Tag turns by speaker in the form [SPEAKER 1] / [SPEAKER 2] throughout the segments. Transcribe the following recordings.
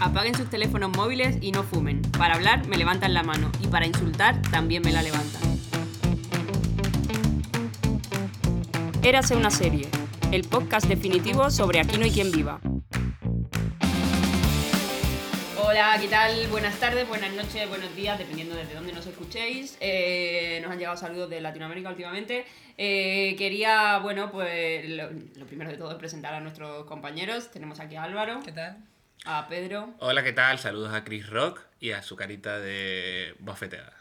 [SPEAKER 1] apaguen sus teléfonos móviles y no fumen. Para hablar me levantan la mano y para insultar también me la levantan. Érase una serie, el podcast definitivo sobre Aquí no hay quien viva. Hola, ¿qué tal? Buenas tardes, buenas noches, buenos días, dependiendo desde dónde nos escuchéis. Eh, nos han llegado saludos de Latinoamérica últimamente. Eh, quería, bueno, pues lo, lo primero de todo es presentar a nuestros compañeros. Tenemos aquí a Álvaro,
[SPEAKER 2] ¿Qué tal?
[SPEAKER 1] a Pedro
[SPEAKER 3] Hola, ¿qué tal? Saludos a Chris Rock y a su carita de bofeteada.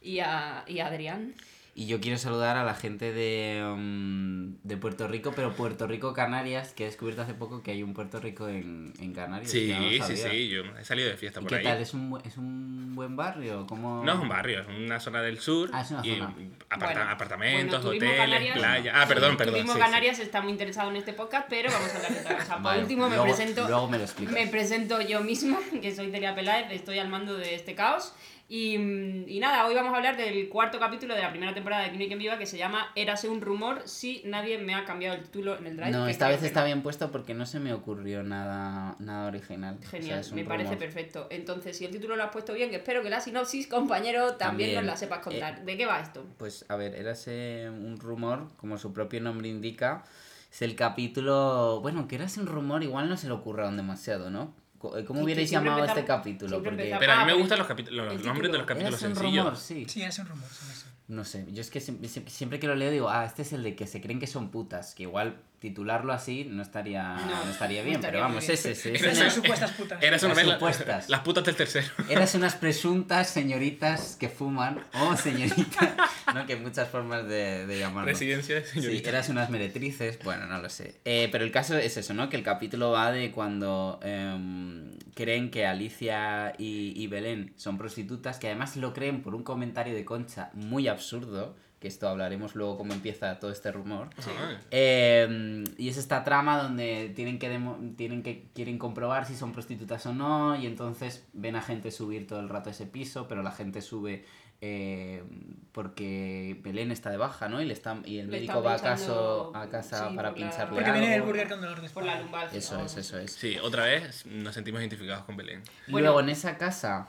[SPEAKER 1] y a, y a Adrián.
[SPEAKER 4] Y yo quiero saludar a la gente de, mm, de Puerto Rico, pero Puerto Rico Canarias, que he descubierto hace poco que hay un Puerto Rico en, en Canarias.
[SPEAKER 3] Sí,
[SPEAKER 4] yo no lo
[SPEAKER 3] sí,
[SPEAKER 4] sabía.
[SPEAKER 3] sí, yo he salido de fiesta
[SPEAKER 4] ¿Y
[SPEAKER 3] por
[SPEAKER 4] qué
[SPEAKER 3] ahí.
[SPEAKER 4] tal? ¿Es un, bu- ¿Es un buen barrio? ¿Cómo...
[SPEAKER 3] No es un barrio, es una zona del sur.
[SPEAKER 4] Ah, es una
[SPEAKER 3] y
[SPEAKER 4] zona.
[SPEAKER 3] aparta-
[SPEAKER 1] Bueno,
[SPEAKER 3] apartamentos,
[SPEAKER 1] bueno, Turismo
[SPEAKER 3] hoteles,
[SPEAKER 1] Canarias-
[SPEAKER 3] playas. Ah, perdón, perdón.
[SPEAKER 1] Turismo
[SPEAKER 3] sí, sí.
[SPEAKER 1] Canarias está muy interesado en este podcast, pero vamos a hablar de otra cosa. Por
[SPEAKER 4] Vale,
[SPEAKER 1] último, me
[SPEAKER 4] luego-
[SPEAKER 1] presento.
[SPEAKER 4] Luego me lo explicas.
[SPEAKER 1] Me presento yo misma, que soy Delia Peláez, estoy al mando de este caos. Y, mm, y nada, hoy vamos a hablar del cuarto capítulo de la primera temporada de Aquí no hay quien viva que se llama Érase un rumor si nadie me ha cambiado el título en el drive.
[SPEAKER 4] No,
[SPEAKER 1] que
[SPEAKER 4] esta
[SPEAKER 1] creo
[SPEAKER 4] vez
[SPEAKER 1] que
[SPEAKER 4] está
[SPEAKER 1] no.
[SPEAKER 4] bien puesto porque no se me ocurrió nada, nada original. O sea,
[SPEAKER 1] Genial,
[SPEAKER 4] es un
[SPEAKER 1] me parece
[SPEAKER 4] rumor.
[SPEAKER 1] perfecto. Entonces, si el título lo has puesto bien, que espero que la sinopsis, compañero, también,
[SPEAKER 4] También. Eh,
[SPEAKER 1] nos la sepas contar. ¿De qué va esto?
[SPEAKER 4] Pues a ver, érase un rumor, como su propio nombre indica. Es el capítulo. Bueno, que érase un rumor, igual no se le ocurrieron demasiado, ¿no? Co- eh,
[SPEAKER 1] Sí,
[SPEAKER 4] ¿Cómo
[SPEAKER 1] que
[SPEAKER 4] hubierais
[SPEAKER 1] siempre
[SPEAKER 4] llamado a este
[SPEAKER 1] empezamos-
[SPEAKER 4] capítulo?
[SPEAKER 1] siempre
[SPEAKER 4] Porque.
[SPEAKER 1] empezamos-
[SPEAKER 3] Pero a mí
[SPEAKER 1] Ah,
[SPEAKER 3] me
[SPEAKER 1] pero
[SPEAKER 3] gustan los, capítulos, los
[SPEAKER 1] el
[SPEAKER 3] nombres de los
[SPEAKER 1] título.
[SPEAKER 3] capítulos
[SPEAKER 4] Érase un
[SPEAKER 3] sencillos.
[SPEAKER 4] rumor, sí.
[SPEAKER 2] Sí, es un rumor, sí, no sé.
[SPEAKER 4] No sé, yo es que siempre, siempre- siempre que lo leo digo, ah, este es el de que se creen que son putas. Que igual titularlo así no estaría,
[SPEAKER 1] No,
[SPEAKER 4] no, estaría
[SPEAKER 1] no
[SPEAKER 4] bien,
[SPEAKER 1] estaría
[SPEAKER 4] pero
[SPEAKER 1] muy
[SPEAKER 4] vamos,
[SPEAKER 1] bien.
[SPEAKER 4] ese, ese. ese
[SPEAKER 2] Pero
[SPEAKER 4] en
[SPEAKER 2] son
[SPEAKER 4] el-
[SPEAKER 2] supuestas putas.
[SPEAKER 3] Eras una
[SPEAKER 4] Las
[SPEAKER 3] vez la-
[SPEAKER 4] supuestas.
[SPEAKER 3] las putas del tercero.
[SPEAKER 4] Eras unas presuntas señoritas que fuman, o señoritas, ¿no? Que hay muchas formas de, de llamarlo.
[SPEAKER 3] Residencia de
[SPEAKER 4] Sí,
[SPEAKER 3] señorita.
[SPEAKER 4] eras unas meretrices, bueno, no lo sé. Eh, pero el caso es eso, ¿no? Que el capítulo va de cuando em, creen que Alicia y, y Belén son prostitutas, que además lo creen por un comentario de Concha muy absurdo, que esto hablaremos luego cómo empieza todo este rumor.
[SPEAKER 3] Ah,
[SPEAKER 4] Eh, y es esta trama donde tienen que, demo- tienen que quieren comprobar si son prostitutas o no y entonces ven a gente subir todo el rato ese piso, pero la gente sube eh, porque Belén está de baja, ¿no? Y, le están, y el
[SPEAKER 1] Le
[SPEAKER 4] médico
[SPEAKER 1] están
[SPEAKER 4] va a,
[SPEAKER 1] pinchando-
[SPEAKER 4] caso, a casa
[SPEAKER 1] sí,
[SPEAKER 4] para
[SPEAKER 1] por la-
[SPEAKER 4] pincharle
[SPEAKER 2] Porque viene el
[SPEAKER 4] algo.
[SPEAKER 2] burger con dolor de
[SPEAKER 1] Por la
[SPEAKER 2] espalda.
[SPEAKER 1] lumbar.
[SPEAKER 4] Eso es, eso es.
[SPEAKER 3] sí, otra vez nos sentimos identificados con Belén.
[SPEAKER 1] Bueno.
[SPEAKER 4] Luego en esa casa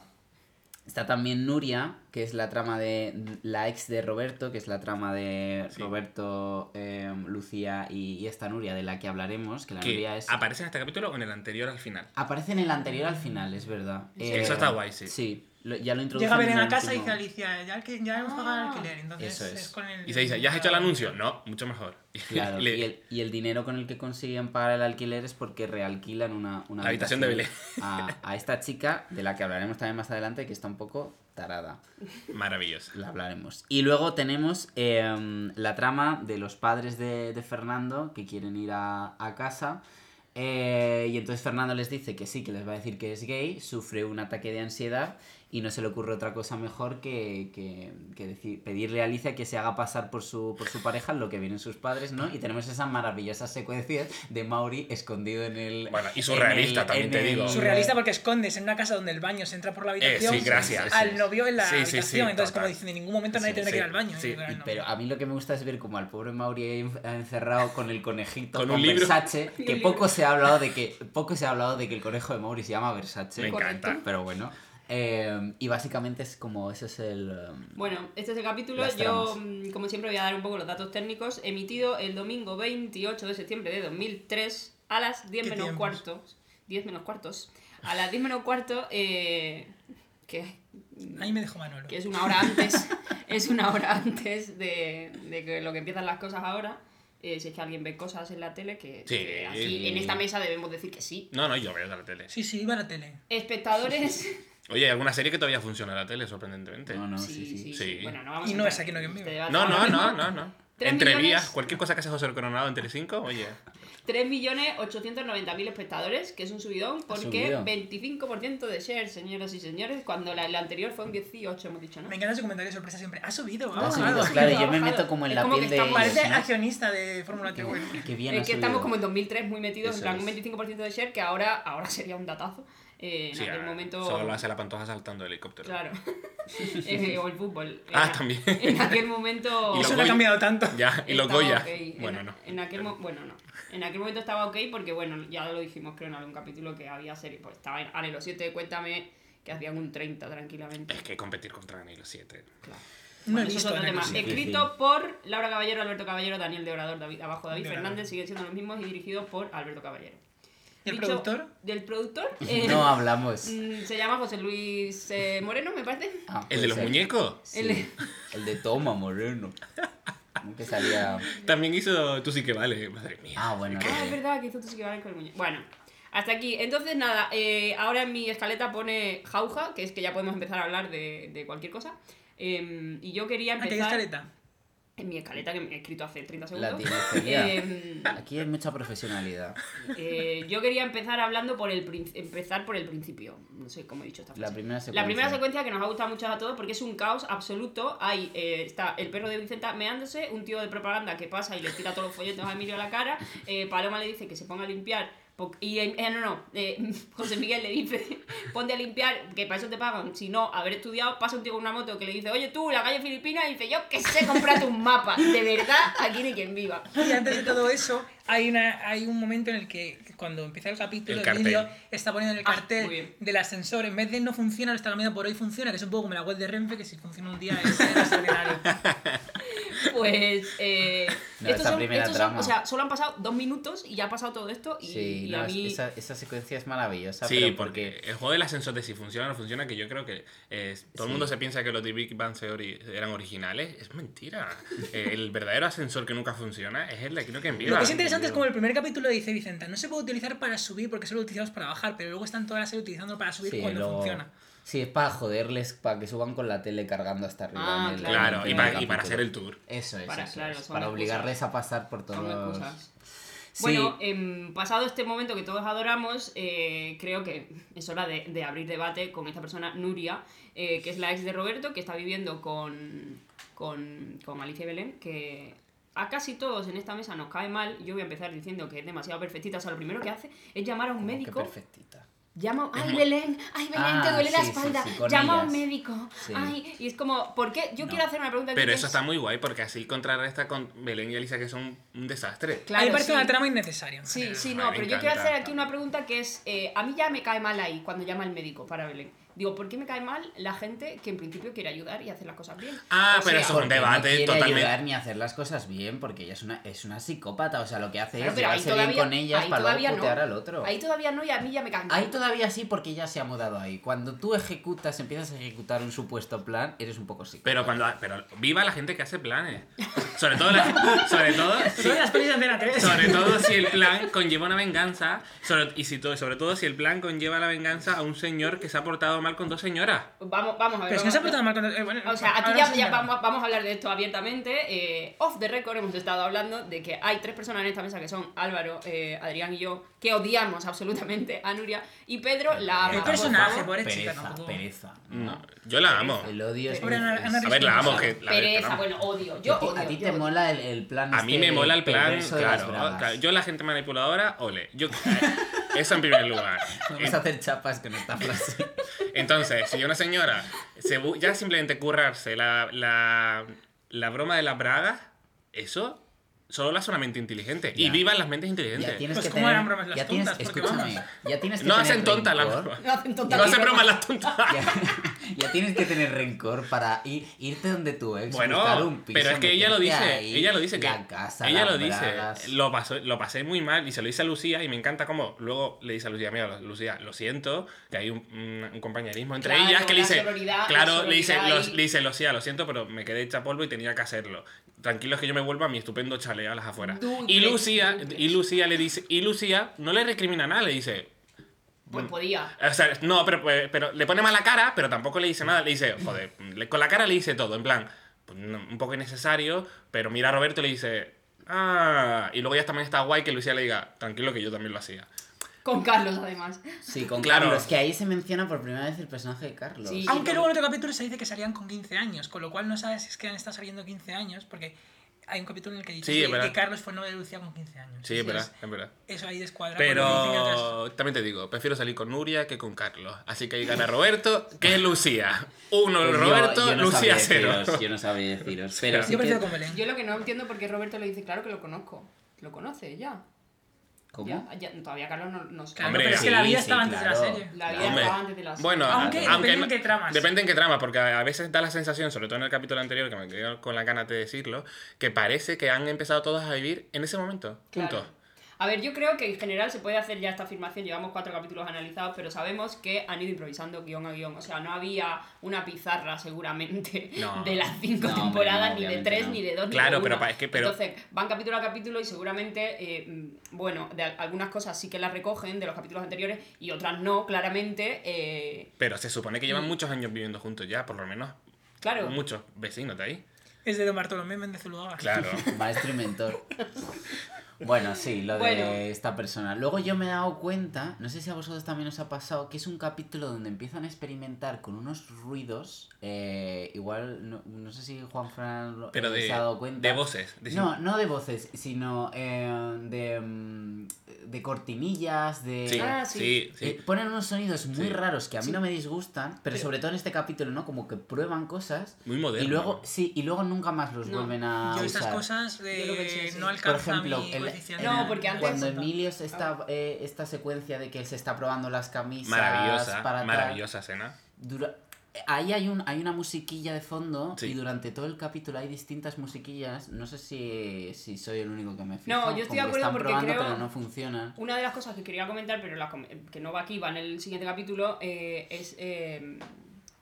[SPEAKER 4] está también Nuria, que es la trama de la ex de Roberto, que es la trama de
[SPEAKER 3] Sí.
[SPEAKER 4] Roberto, em, Lucía y, y esta Nuria de la que hablaremos, que la
[SPEAKER 3] Que
[SPEAKER 4] Nuria es...
[SPEAKER 3] aparece en este capítulo o en el anterior al final.
[SPEAKER 4] Aparece en el anterior al final, es verdad. Eh,
[SPEAKER 3] Sí, eso está guay, sí.
[SPEAKER 4] Sí, lo- ya lo
[SPEAKER 2] Llega
[SPEAKER 4] introducen
[SPEAKER 2] Belén
[SPEAKER 4] en el
[SPEAKER 2] a casa y
[SPEAKER 4] último-
[SPEAKER 2] dice Alicia, ya, que, ya hemos pagado el alquiler, entonces
[SPEAKER 4] Eso es.
[SPEAKER 2] es con el...
[SPEAKER 3] Y se dice, ¿ya has hecho el anuncio? No, mucho mejor.
[SPEAKER 4] Claro,
[SPEAKER 3] Le-
[SPEAKER 4] y, el, y el dinero con el que consiguen pagar el alquiler es porque realquilan una, una
[SPEAKER 3] La habitación de Belén.
[SPEAKER 4] a, a esta chica, de la que hablaremos también más adelante, que está un poco tarada.
[SPEAKER 3] Maravilloso.
[SPEAKER 4] La pues, hablaremos. Y luego tenemos eh, la trama de los padres de, de Fernando que quieren ir a, a casa. eh, y entonces Fernando les dice que sí, que les va a decir que es gay, sufre un ataque de ansiedad y no se le ocurre otra cosa mejor que, que- que decir- pedirle a Alicia que se haga pasar por su, por su pareja lo que vienen sus padres, ¿no? Y tenemos esas maravillosas secuencias de Mauri escondido en el...
[SPEAKER 3] Bueno, y
[SPEAKER 4] en
[SPEAKER 3] surrealista,
[SPEAKER 4] el-
[SPEAKER 3] también
[SPEAKER 4] en
[SPEAKER 3] te
[SPEAKER 4] el-
[SPEAKER 3] digo.
[SPEAKER 2] Surrealista porque escondes en una casa donde el baño se entra por la habitación
[SPEAKER 3] Eh, sí, gracias.
[SPEAKER 2] al novio en la
[SPEAKER 3] Sí, sí, sí,
[SPEAKER 2] habitación, entonces
[SPEAKER 3] total.
[SPEAKER 2] como dicen, en ningún momento nadie
[SPEAKER 4] Sí,
[SPEAKER 2] tendrá
[SPEAKER 3] sí,
[SPEAKER 2] que ir al baño.
[SPEAKER 3] sí,
[SPEAKER 2] y digo, "Ah,
[SPEAKER 4] Y-
[SPEAKER 2] no.
[SPEAKER 4] pero a mí lo que me gusta es ver como al pobre Mauri ahí en- encerrado con el conejito
[SPEAKER 3] Con
[SPEAKER 4] con,
[SPEAKER 3] un libro.
[SPEAKER 4] Versace,
[SPEAKER 1] Y un
[SPEAKER 4] que
[SPEAKER 1] libro.
[SPEAKER 4] poco se ha hablado de que poco se ha hablado de que el conejo de Mauri se llama
[SPEAKER 3] Me
[SPEAKER 4] Versace,
[SPEAKER 1] Correcto.
[SPEAKER 3] encanta.
[SPEAKER 4] pero bueno. Eh, y básicamente es como ese es el um,
[SPEAKER 1] Bueno, este es el capítulo.
[SPEAKER 4] Las
[SPEAKER 1] Yo,
[SPEAKER 4] tramas.
[SPEAKER 1] mm, como siempre, voy a dar un poco los datos técnicos. Emitido el domingo 28 de septiembre de 2003 a las 10
[SPEAKER 2] ¿Qué
[SPEAKER 1] menos
[SPEAKER 2] tiempos?
[SPEAKER 1] cuartos. 10 menos cuartos. A las 10 menos cuarto, eh, que,
[SPEAKER 2] Ahí me dejó Manolo.
[SPEAKER 1] que es una hora antes. es una hora antes de, de que lo que empiezan las cosas ahora. Eh, si es que alguien ve cosas en la tele, que,
[SPEAKER 3] Sí.
[SPEAKER 1] que así, en esta mesa debemos decir que sí.
[SPEAKER 3] No, no, yo veo la tele.
[SPEAKER 2] Sí, sí, iba a la tele.
[SPEAKER 1] Espectadores.
[SPEAKER 3] Oye, hay alguna serie que todavía funciona en la tele, sorprendentemente.
[SPEAKER 4] no, no,
[SPEAKER 1] sí,
[SPEAKER 4] sí, sí.
[SPEAKER 1] sí,
[SPEAKER 3] Sí.
[SPEAKER 1] Bueno, no vamos
[SPEAKER 2] Y
[SPEAKER 1] a
[SPEAKER 2] no es
[SPEAKER 1] entrar
[SPEAKER 2] Aquí no hay quien
[SPEAKER 1] en este
[SPEAKER 2] viva.
[SPEAKER 1] debate
[SPEAKER 3] No, no,
[SPEAKER 1] ahora
[SPEAKER 3] no,
[SPEAKER 1] mismo.
[SPEAKER 3] no, no.
[SPEAKER 1] Tres
[SPEAKER 3] Entre
[SPEAKER 1] millones.
[SPEAKER 3] vías, cualquier cosa que hace José Coronado en Telecinco, oye.
[SPEAKER 1] 3.890.000 espectadores, que es un subidón, porque
[SPEAKER 4] subido.
[SPEAKER 1] 25% de share, señoras y señores, cuando la, la anterior fue un 18, hemos dicho, ¿no?
[SPEAKER 2] Me encanta su comentario de sorpresa siempre. Ha subido, ha
[SPEAKER 3] Ah,
[SPEAKER 4] Ha subido,
[SPEAKER 2] bajado.
[SPEAKER 4] claro, yo me
[SPEAKER 1] Bajado.
[SPEAKER 4] meto como en
[SPEAKER 1] Es
[SPEAKER 4] la
[SPEAKER 1] como que
[SPEAKER 4] piel de
[SPEAKER 1] estamos-
[SPEAKER 4] ellos,
[SPEAKER 2] Parece
[SPEAKER 4] ¿no?
[SPEAKER 2] accionista de Fórmula
[SPEAKER 4] Qué
[SPEAKER 2] 1.
[SPEAKER 4] bueno, qué bien ha
[SPEAKER 1] es que estamos
[SPEAKER 4] subido.
[SPEAKER 1] como en 2003 muy metidos, en
[SPEAKER 4] Eso
[SPEAKER 1] plan un
[SPEAKER 4] es.
[SPEAKER 1] 25% de share, que ahora, ahora sería un datazo. Eh, en
[SPEAKER 3] Sí,
[SPEAKER 1] aquel
[SPEAKER 3] ah,
[SPEAKER 1] momento...
[SPEAKER 3] Solo lo hace la pantoja saltando de helicóptero.
[SPEAKER 1] Claro. eh, o el fútbol.
[SPEAKER 3] Ah,
[SPEAKER 1] En a-
[SPEAKER 3] también.
[SPEAKER 1] En aquel momento.
[SPEAKER 3] Y los
[SPEAKER 2] Eso no ha
[SPEAKER 3] Goya.
[SPEAKER 2] cambiado tanto.
[SPEAKER 3] Ya, y los
[SPEAKER 1] estaba
[SPEAKER 3] Goya.
[SPEAKER 1] ok. En
[SPEAKER 3] Bueno,
[SPEAKER 1] a-
[SPEAKER 3] no.
[SPEAKER 1] En aquel, mo- bueno, no. En aquel momento estaba ok porque, bueno, ya lo dijimos creo en algún capítulo que había serie. Pues estaba en Anelo 7, cuéntame, que hacían un 30 tranquilamente.
[SPEAKER 3] Es que competir contra Danilo 7.
[SPEAKER 1] Claro.
[SPEAKER 2] No he
[SPEAKER 1] Bueno, eso es
[SPEAKER 2] visto
[SPEAKER 1] otro
[SPEAKER 2] Ana
[SPEAKER 1] tema.
[SPEAKER 2] Cruz.
[SPEAKER 4] Difícil.
[SPEAKER 1] Escrito por Laura Caballero, Alberto Caballero, Daniel de Orador, David, abajo David
[SPEAKER 2] De Orador.
[SPEAKER 1] Fernández, siguen siendo los mismos y dirigidos por Alberto Caballero.
[SPEAKER 2] ¿Y el
[SPEAKER 1] Dicho-
[SPEAKER 2] productor?
[SPEAKER 1] Del productor. eh,
[SPEAKER 4] No hablamos.
[SPEAKER 1] mm, se llama José Luis eh, Moreno, me parece.
[SPEAKER 4] Ah,
[SPEAKER 3] ¿El
[SPEAKER 4] puede
[SPEAKER 3] de los
[SPEAKER 4] ser.
[SPEAKER 3] muñecos?
[SPEAKER 4] Sí,
[SPEAKER 1] El-
[SPEAKER 4] El de Toma Moreno. Como que salía.
[SPEAKER 3] También hizo Tú sí que vale, madre mía.
[SPEAKER 4] Ah, bueno.
[SPEAKER 3] Es que-
[SPEAKER 1] Ah, es verdad que hizo tus equivales con el muñeco. Bueno, hasta aquí. Entonces, nada, eh, ahora en mi escaleta pone jauja, que es que ya podemos empezar a hablar de, de cualquier cosa. Em, y yo quería
[SPEAKER 2] Aquí Ah, hay
[SPEAKER 1] empezar
[SPEAKER 2] escaleta.
[SPEAKER 1] en mi escaleta que me he escrito hace 30
[SPEAKER 4] La
[SPEAKER 1] segundos.
[SPEAKER 4] tirofilia.
[SPEAKER 1] Em,
[SPEAKER 4] Aquí hay mucha profesionalidad.
[SPEAKER 1] eh, yo quería empezar hablando por el prin- empezar por el principio. No sé cómo he dicho esta
[SPEAKER 4] La
[SPEAKER 1] frase.
[SPEAKER 4] primera secuencia.
[SPEAKER 1] La primera secuencia que nos ha gustado mucho a todos porque es un caos absoluto. Hay, eh, está el perro de Vicenta meándose, un tío de propaganda que pasa y le tira todos los folletos a Emilio a la cara. eh, Paloma le dice que se ponga a limpiar. po- Y eh, eh, no, no, eh, José Miguel le dice: ponte a limpiar, que para eso te pagan. Si no, haber estudiado, pasa un tío con una moto que le dice: Oye, tú, la calle Filipina, y dice: Yo que sé, comprate un mapa. De verdad, aquí ni quien viva.
[SPEAKER 2] Y antes de todo eso, hay, una, hay un momento en el que cuando empieza el capítulo,
[SPEAKER 3] El
[SPEAKER 2] el,
[SPEAKER 3] cartel.
[SPEAKER 2] vídeo está poniendo en el
[SPEAKER 1] Ah,
[SPEAKER 2] cartel
[SPEAKER 1] muy bien.
[SPEAKER 2] del ascensor. En vez de no funciona, lo está cambiando por hoy funciona, que es un poco como la web de Renfe, que si funciona un día es el extraordinario.
[SPEAKER 1] Pues. Eh,
[SPEAKER 4] No, esa primera trama.
[SPEAKER 1] o sea, solo han pasado dos minutos y ya ha pasado todo esto. Y,
[SPEAKER 4] Sí,
[SPEAKER 1] y
[SPEAKER 4] no,
[SPEAKER 1] a
[SPEAKER 4] es-
[SPEAKER 1] mí.
[SPEAKER 4] esa, esa secuencia es maravillosa.
[SPEAKER 3] Sí,
[SPEAKER 4] pero
[SPEAKER 3] porque
[SPEAKER 4] porque.
[SPEAKER 3] el juego del ascensor de si funciona o no funciona, que yo creo que eh, todo el mundo se piensa que los de Big Bang Theory eran originales, es mentira. Eh, el verdadero ascensor que nunca funciona es el de aquí no que envía.
[SPEAKER 2] Lo que es interesante es como el primer capítulo dice Vicenta, no se puede utilizar para subir porque solo lo utilizamos para bajar, pero luego están toda la serie utilizándolo para subir
[SPEAKER 4] sí,
[SPEAKER 2] cuando
[SPEAKER 4] luego-
[SPEAKER 2] funciona.
[SPEAKER 4] Sí, es para joderles, para que suban con la tele cargando hasta arriba.
[SPEAKER 1] Ah,
[SPEAKER 4] en el-
[SPEAKER 3] Claro,
[SPEAKER 4] en
[SPEAKER 3] y
[SPEAKER 4] el
[SPEAKER 3] para, y para
[SPEAKER 4] capítulo.
[SPEAKER 3] hacer el tour.
[SPEAKER 4] Eso es,
[SPEAKER 1] Para-
[SPEAKER 4] eso
[SPEAKER 1] claro,
[SPEAKER 4] es,
[SPEAKER 1] son
[SPEAKER 4] para
[SPEAKER 1] excusas.
[SPEAKER 4] obligarles a pasar por todos
[SPEAKER 1] Son
[SPEAKER 4] los...
[SPEAKER 1] excusas.
[SPEAKER 4] Sí,
[SPEAKER 1] Bueno, em, pasado este momento que todos adoramos, eh, creo que es hora de, de abrir debate con esta persona, Nuria, eh, que es la ex de Roberto, que está viviendo con, con, con Alicia y Belén, que a casi todos en esta mesa nos cae mal. Yo voy a empezar diciendo que es demasiado perfectita. O sea, lo primero que hace es llamar a un
[SPEAKER 4] como que
[SPEAKER 1] médico.
[SPEAKER 4] perfectita.
[SPEAKER 1] Llama, ay Belén, ay Belén,
[SPEAKER 4] Ah,
[SPEAKER 1] te duele la
[SPEAKER 4] sí, sí,
[SPEAKER 1] espalda.
[SPEAKER 4] sí, con
[SPEAKER 1] Llama a un
[SPEAKER 4] ellas.
[SPEAKER 1] médico.
[SPEAKER 4] Sí.
[SPEAKER 1] Ay, y es como, ¿por qué? Yo quiero hacer una pregunta. que
[SPEAKER 3] Pero
[SPEAKER 1] es-
[SPEAKER 3] eso está muy guay porque así contrarresta con Belén y Alicia que son un desastre.
[SPEAKER 1] Claro,
[SPEAKER 2] a mí me parece
[SPEAKER 1] sí.
[SPEAKER 2] una trama innecesaria. en
[SPEAKER 1] Sí,
[SPEAKER 2] general.
[SPEAKER 1] sí,
[SPEAKER 3] Ah,
[SPEAKER 1] no,
[SPEAKER 3] me
[SPEAKER 1] pero yo quiero
[SPEAKER 3] encanta.
[SPEAKER 1] hacer aquí una pregunta que es, eh, a mí ya me cae mal ahí cuando llama el médico para Belén. Digo, ¿por qué me cae mal la gente que en principio quiere ayudar y hacer las cosas bien?
[SPEAKER 3] Ah, pero
[SPEAKER 1] sea,
[SPEAKER 3] eso es un
[SPEAKER 4] Porque no
[SPEAKER 3] debate
[SPEAKER 4] quiere ayudar
[SPEAKER 3] totalmente.
[SPEAKER 4] ni hacer las cosas bien, porque ella es una, es una psicópata. O sea, lo que hace
[SPEAKER 1] Claro,
[SPEAKER 4] es
[SPEAKER 1] pero ahí
[SPEAKER 4] llevarse bien
[SPEAKER 1] todavía-
[SPEAKER 4] con ellas
[SPEAKER 1] ahí
[SPEAKER 4] para
[SPEAKER 1] todavía
[SPEAKER 4] luego
[SPEAKER 1] no.
[SPEAKER 4] putear al otro.
[SPEAKER 1] Ahí todavía no y a mí ya me cae mal.
[SPEAKER 4] Ahí todavía sí, porque ella se ha mudado ahí. Cuando tú ejecutas, empiezas a ejecutar un supuesto plan, eres un poco psicópata.
[SPEAKER 3] Pero cuando pero viva la gente que hace planes. Sobre todo la- sobre todo
[SPEAKER 2] Son las pelis de Antena 3.
[SPEAKER 3] Sobre todo si el plan conlleva una venganza. sobre- y si to- sobre todo si el plan conlleva la venganza a un señor que se ha portado mal con dos señoras.
[SPEAKER 1] Vamos, vamos a ver.
[SPEAKER 2] Pero si
[SPEAKER 1] vamos
[SPEAKER 2] no se
[SPEAKER 1] a-
[SPEAKER 2] ha portado mal cuando... eh, bueno,
[SPEAKER 1] O sea, aquí
[SPEAKER 2] ahora
[SPEAKER 1] ya,
[SPEAKER 2] sí,
[SPEAKER 1] ya
[SPEAKER 2] claro.
[SPEAKER 1] vamos, vamos a hablar de esto abiertamente. Eh, off the record hemos estado hablando de que hay tres personas en esta mesa que son Álvaro, eh, Adrián y yo, que odiamos absolutamente a Nuria y Pedro la ama.
[SPEAKER 2] El
[SPEAKER 1] por
[SPEAKER 2] personaje,
[SPEAKER 1] favor.
[SPEAKER 2] pobre chica,
[SPEAKER 4] pereza,
[SPEAKER 2] tampoco.
[SPEAKER 4] pereza.
[SPEAKER 3] No, yo la amo.
[SPEAKER 4] El odio es...
[SPEAKER 2] Hombre, Ana-
[SPEAKER 4] es-
[SPEAKER 2] Ana
[SPEAKER 3] A ver, la amo.
[SPEAKER 4] pues,
[SPEAKER 3] Que, la
[SPEAKER 1] Pereza,
[SPEAKER 3] la amo.
[SPEAKER 1] bueno, odio.
[SPEAKER 4] a
[SPEAKER 1] Yo
[SPEAKER 4] ti-
[SPEAKER 1] odio.
[SPEAKER 4] a ti
[SPEAKER 1] yo
[SPEAKER 4] te
[SPEAKER 1] odio.
[SPEAKER 4] mola el, el plan
[SPEAKER 3] A mí
[SPEAKER 4] este
[SPEAKER 3] me mola el plan,
[SPEAKER 4] perverso de las
[SPEAKER 3] claro, ah,
[SPEAKER 4] bravas.
[SPEAKER 3] claro, Yo la gente manipuladora, ole. Yo, eh, eso en primer lugar.
[SPEAKER 4] Vamos a hacer chapas con esta frase.
[SPEAKER 3] Entonces, si una señora se bu- ya simplemente currarse la, la, la broma de las bragas, eso solo la hace una mente inteligente. Y
[SPEAKER 4] Ya.
[SPEAKER 3] vivan las mentes
[SPEAKER 4] Ya
[SPEAKER 3] inteligentes.
[SPEAKER 4] tienes
[SPEAKER 2] Pues,
[SPEAKER 4] que
[SPEAKER 2] ¿cómo
[SPEAKER 4] tener...
[SPEAKER 2] eran bromas las
[SPEAKER 4] ya tienes,
[SPEAKER 2] tontas? Porque
[SPEAKER 4] escúchame, ya tienes que
[SPEAKER 3] No
[SPEAKER 4] tener
[SPEAKER 3] hacen tonta la
[SPEAKER 4] rencor.
[SPEAKER 3] broma.
[SPEAKER 1] No hacen tonta.
[SPEAKER 3] No hace bromas las tontas.
[SPEAKER 4] Ya, ya tienes que tener rencor para ir, irte donde tu ex.
[SPEAKER 3] Bueno,
[SPEAKER 4] buscar un piso,
[SPEAKER 3] pero es que ella lo
[SPEAKER 4] meterte
[SPEAKER 3] dice,
[SPEAKER 4] ahí,
[SPEAKER 3] ella lo dice que
[SPEAKER 4] la casa,
[SPEAKER 3] ella
[SPEAKER 4] las
[SPEAKER 3] lo dice,
[SPEAKER 4] bragas.
[SPEAKER 3] lo pasó, lo pasé muy mal y se lo dice a Lucía y me encanta cómo luego le dice a Lucía, mira, Lucía, lo siento, que hay un, un- un compañerismo entre
[SPEAKER 1] Claro,
[SPEAKER 3] ellas que le
[SPEAKER 1] la
[SPEAKER 3] dice,
[SPEAKER 1] sororidad, la
[SPEAKER 3] claro, le dice,
[SPEAKER 1] sororidad
[SPEAKER 3] los-
[SPEAKER 1] ahí.
[SPEAKER 3] le dice Lucía, lo siento, pero me quedé hecha polvo y tenía que hacerlo. Tranquilos que yo me vuelva a mi estupendo chalé a las afueras.
[SPEAKER 1] Dude,
[SPEAKER 3] Y Lucía,
[SPEAKER 1] dude.
[SPEAKER 3] y Lucía le dice, y Lucía no le recrimina nada, le dice,
[SPEAKER 1] Pues podía.
[SPEAKER 3] o sea, no, pero, pues, pero le pone mala cara, pero tampoco le dice nada. Le dice, joder, le- con la cara le dice todo, en plan, pues, no, un poco innecesario, pero mira a Roberto y le dice, ah, y luego ya también está guay que Lucía le diga, tranquilo que yo también lo hacía.
[SPEAKER 1] Con Carlos, además.
[SPEAKER 4] Sí, con
[SPEAKER 3] Claro.
[SPEAKER 4] Carlos, que ahí se menciona por primera vez el personaje de Carlos.
[SPEAKER 1] Sí.
[SPEAKER 2] Aunque luego en otro capítulo se dice que salían con 15 años, con lo cual no sabes si es que han estado saliendo 15 años, porque hay un capítulo en el que dice
[SPEAKER 3] Sí, es
[SPEAKER 2] que,
[SPEAKER 3] verdad.
[SPEAKER 2] que Carlos fue novio de Lucía con 15 años.
[SPEAKER 3] Sí, es
[SPEAKER 2] Entonces,
[SPEAKER 3] verdad, es verdad.
[SPEAKER 2] Eso ahí descuadra. cuando dicen otras-
[SPEAKER 3] Pero también te digo, prefiero salir con Nuria que con Carlos. Así que ahí gana Roberto, que es Lucía. Uno
[SPEAKER 4] Pues yo-
[SPEAKER 3] Roberto,
[SPEAKER 4] yo no
[SPEAKER 3] Lucía
[SPEAKER 4] sabría
[SPEAKER 3] cero.
[SPEAKER 4] deciros, yo no sabría deciros. Pero
[SPEAKER 3] Yo
[SPEAKER 4] sí
[SPEAKER 2] Yo prefiero
[SPEAKER 4] que-
[SPEAKER 2] con Belén.
[SPEAKER 1] Yo lo que no entiendo porque Roberto le dice, claro que lo conozco. Lo conoce ya.
[SPEAKER 4] ¿Cómo?
[SPEAKER 1] Ya, ya- todavía Carlos no, no sabe.
[SPEAKER 2] Claro,
[SPEAKER 3] Hombre,
[SPEAKER 2] pero es que la
[SPEAKER 4] sí,
[SPEAKER 2] vida
[SPEAKER 4] sí,
[SPEAKER 2] estaba antes de la
[SPEAKER 4] claro.
[SPEAKER 2] serie.
[SPEAKER 1] La vida
[SPEAKER 3] Hombre,
[SPEAKER 1] estaba antes de la serie.
[SPEAKER 3] Bueno,
[SPEAKER 2] Aunque
[SPEAKER 3] a-
[SPEAKER 2] depende en qué tramas.
[SPEAKER 3] Depende en qué tramas, porque a a veces da la sensación, sobre todo en el capítulo anterior, que me quedé con la ganas de decirlo, que parece que han empezado todas a vivir en ese momento,
[SPEAKER 1] Claro.
[SPEAKER 3] juntos.
[SPEAKER 1] A ver, yo creo que en general se puede hacer ya esta afirmación, llevamos cuatro capítulos analizados, pero sabemos que han ido improvisando guión a guión, o sea, no había una pizarra seguramente
[SPEAKER 3] No.
[SPEAKER 1] de las cinco
[SPEAKER 4] No, hombre,
[SPEAKER 1] temporadas,
[SPEAKER 4] no,
[SPEAKER 1] ni de
[SPEAKER 4] obviamente
[SPEAKER 1] tres,
[SPEAKER 4] no.
[SPEAKER 1] ni de dos, ni de
[SPEAKER 3] Claro,
[SPEAKER 1] uno.
[SPEAKER 3] pero pa- es que- pero-
[SPEAKER 1] Entonces, van capítulo a capítulo y seguramente, eh, mm, bueno, de al- algunas cosas sí que las recogen de los capítulos anteriores y otras no, claramente, eh,
[SPEAKER 3] Pero se supone que llevan muchos años viviendo juntos ya, por lo menos
[SPEAKER 1] claro.
[SPEAKER 3] muchos vecinos de ahí.
[SPEAKER 2] Es de Don Bartolomé Méndez Zuluaga.
[SPEAKER 3] Claro.
[SPEAKER 4] Maestro y mentor. Bueno, sí, lo
[SPEAKER 1] Bueno.
[SPEAKER 4] de esta persona. Luego yo me he dado cuenta, no sé si a vosotros también os ha pasado, que es un capítulo donde empiezan a experimentar con unos ruidos. eh, igual, no, no sé si Juan Fran
[SPEAKER 3] Pero de,
[SPEAKER 4] se ha dado cuenta.
[SPEAKER 3] de voces. de-
[SPEAKER 4] No, no de voces, sino eh, de, mm, de cortinillas, de...
[SPEAKER 3] Sí,
[SPEAKER 1] Ah,
[SPEAKER 3] sí,
[SPEAKER 1] sí.
[SPEAKER 3] sí.
[SPEAKER 4] Eh, ponen unos sonidos muy
[SPEAKER 3] Sí.
[SPEAKER 4] raros que a mí no me disgustan, pero sobre todo en este capítulo, ¿no? Como que prueban cosas
[SPEAKER 3] Muy moderno.
[SPEAKER 4] y luego, sí, y luego nunca más los
[SPEAKER 1] No,
[SPEAKER 4] vuelven a
[SPEAKER 2] Yo
[SPEAKER 4] usar.
[SPEAKER 2] estas cosas eh,
[SPEAKER 1] Ah, Yo lo pensé, sí.
[SPEAKER 2] no
[SPEAKER 1] Por
[SPEAKER 4] Por
[SPEAKER 2] alcanzan
[SPEAKER 4] ejemplo,
[SPEAKER 2] mi
[SPEAKER 4] el-
[SPEAKER 2] coeficiente.
[SPEAKER 4] el-
[SPEAKER 1] No, porque antes-
[SPEAKER 4] cuando Emilio se está, eh, esta secuencia de que él se está probando las camisas
[SPEAKER 3] Maravillosa,
[SPEAKER 4] para tal,
[SPEAKER 3] maravillosa cena.
[SPEAKER 4] dura- Ahí hay, un, hay una musiquilla de fondo
[SPEAKER 3] Sí.
[SPEAKER 4] y durante todo el capítulo hay distintas musiquillas. No sé si, si soy el único que me fija.
[SPEAKER 1] No, yo estoy de
[SPEAKER 4] como que
[SPEAKER 1] acuerdo
[SPEAKER 4] están
[SPEAKER 1] porque
[SPEAKER 4] probando,
[SPEAKER 1] creo-
[SPEAKER 4] pero no funcionan.
[SPEAKER 1] Una de las cosas que quería comentar, pero las com- que no va aquí, va en el siguiente capítulo, eh, es eh,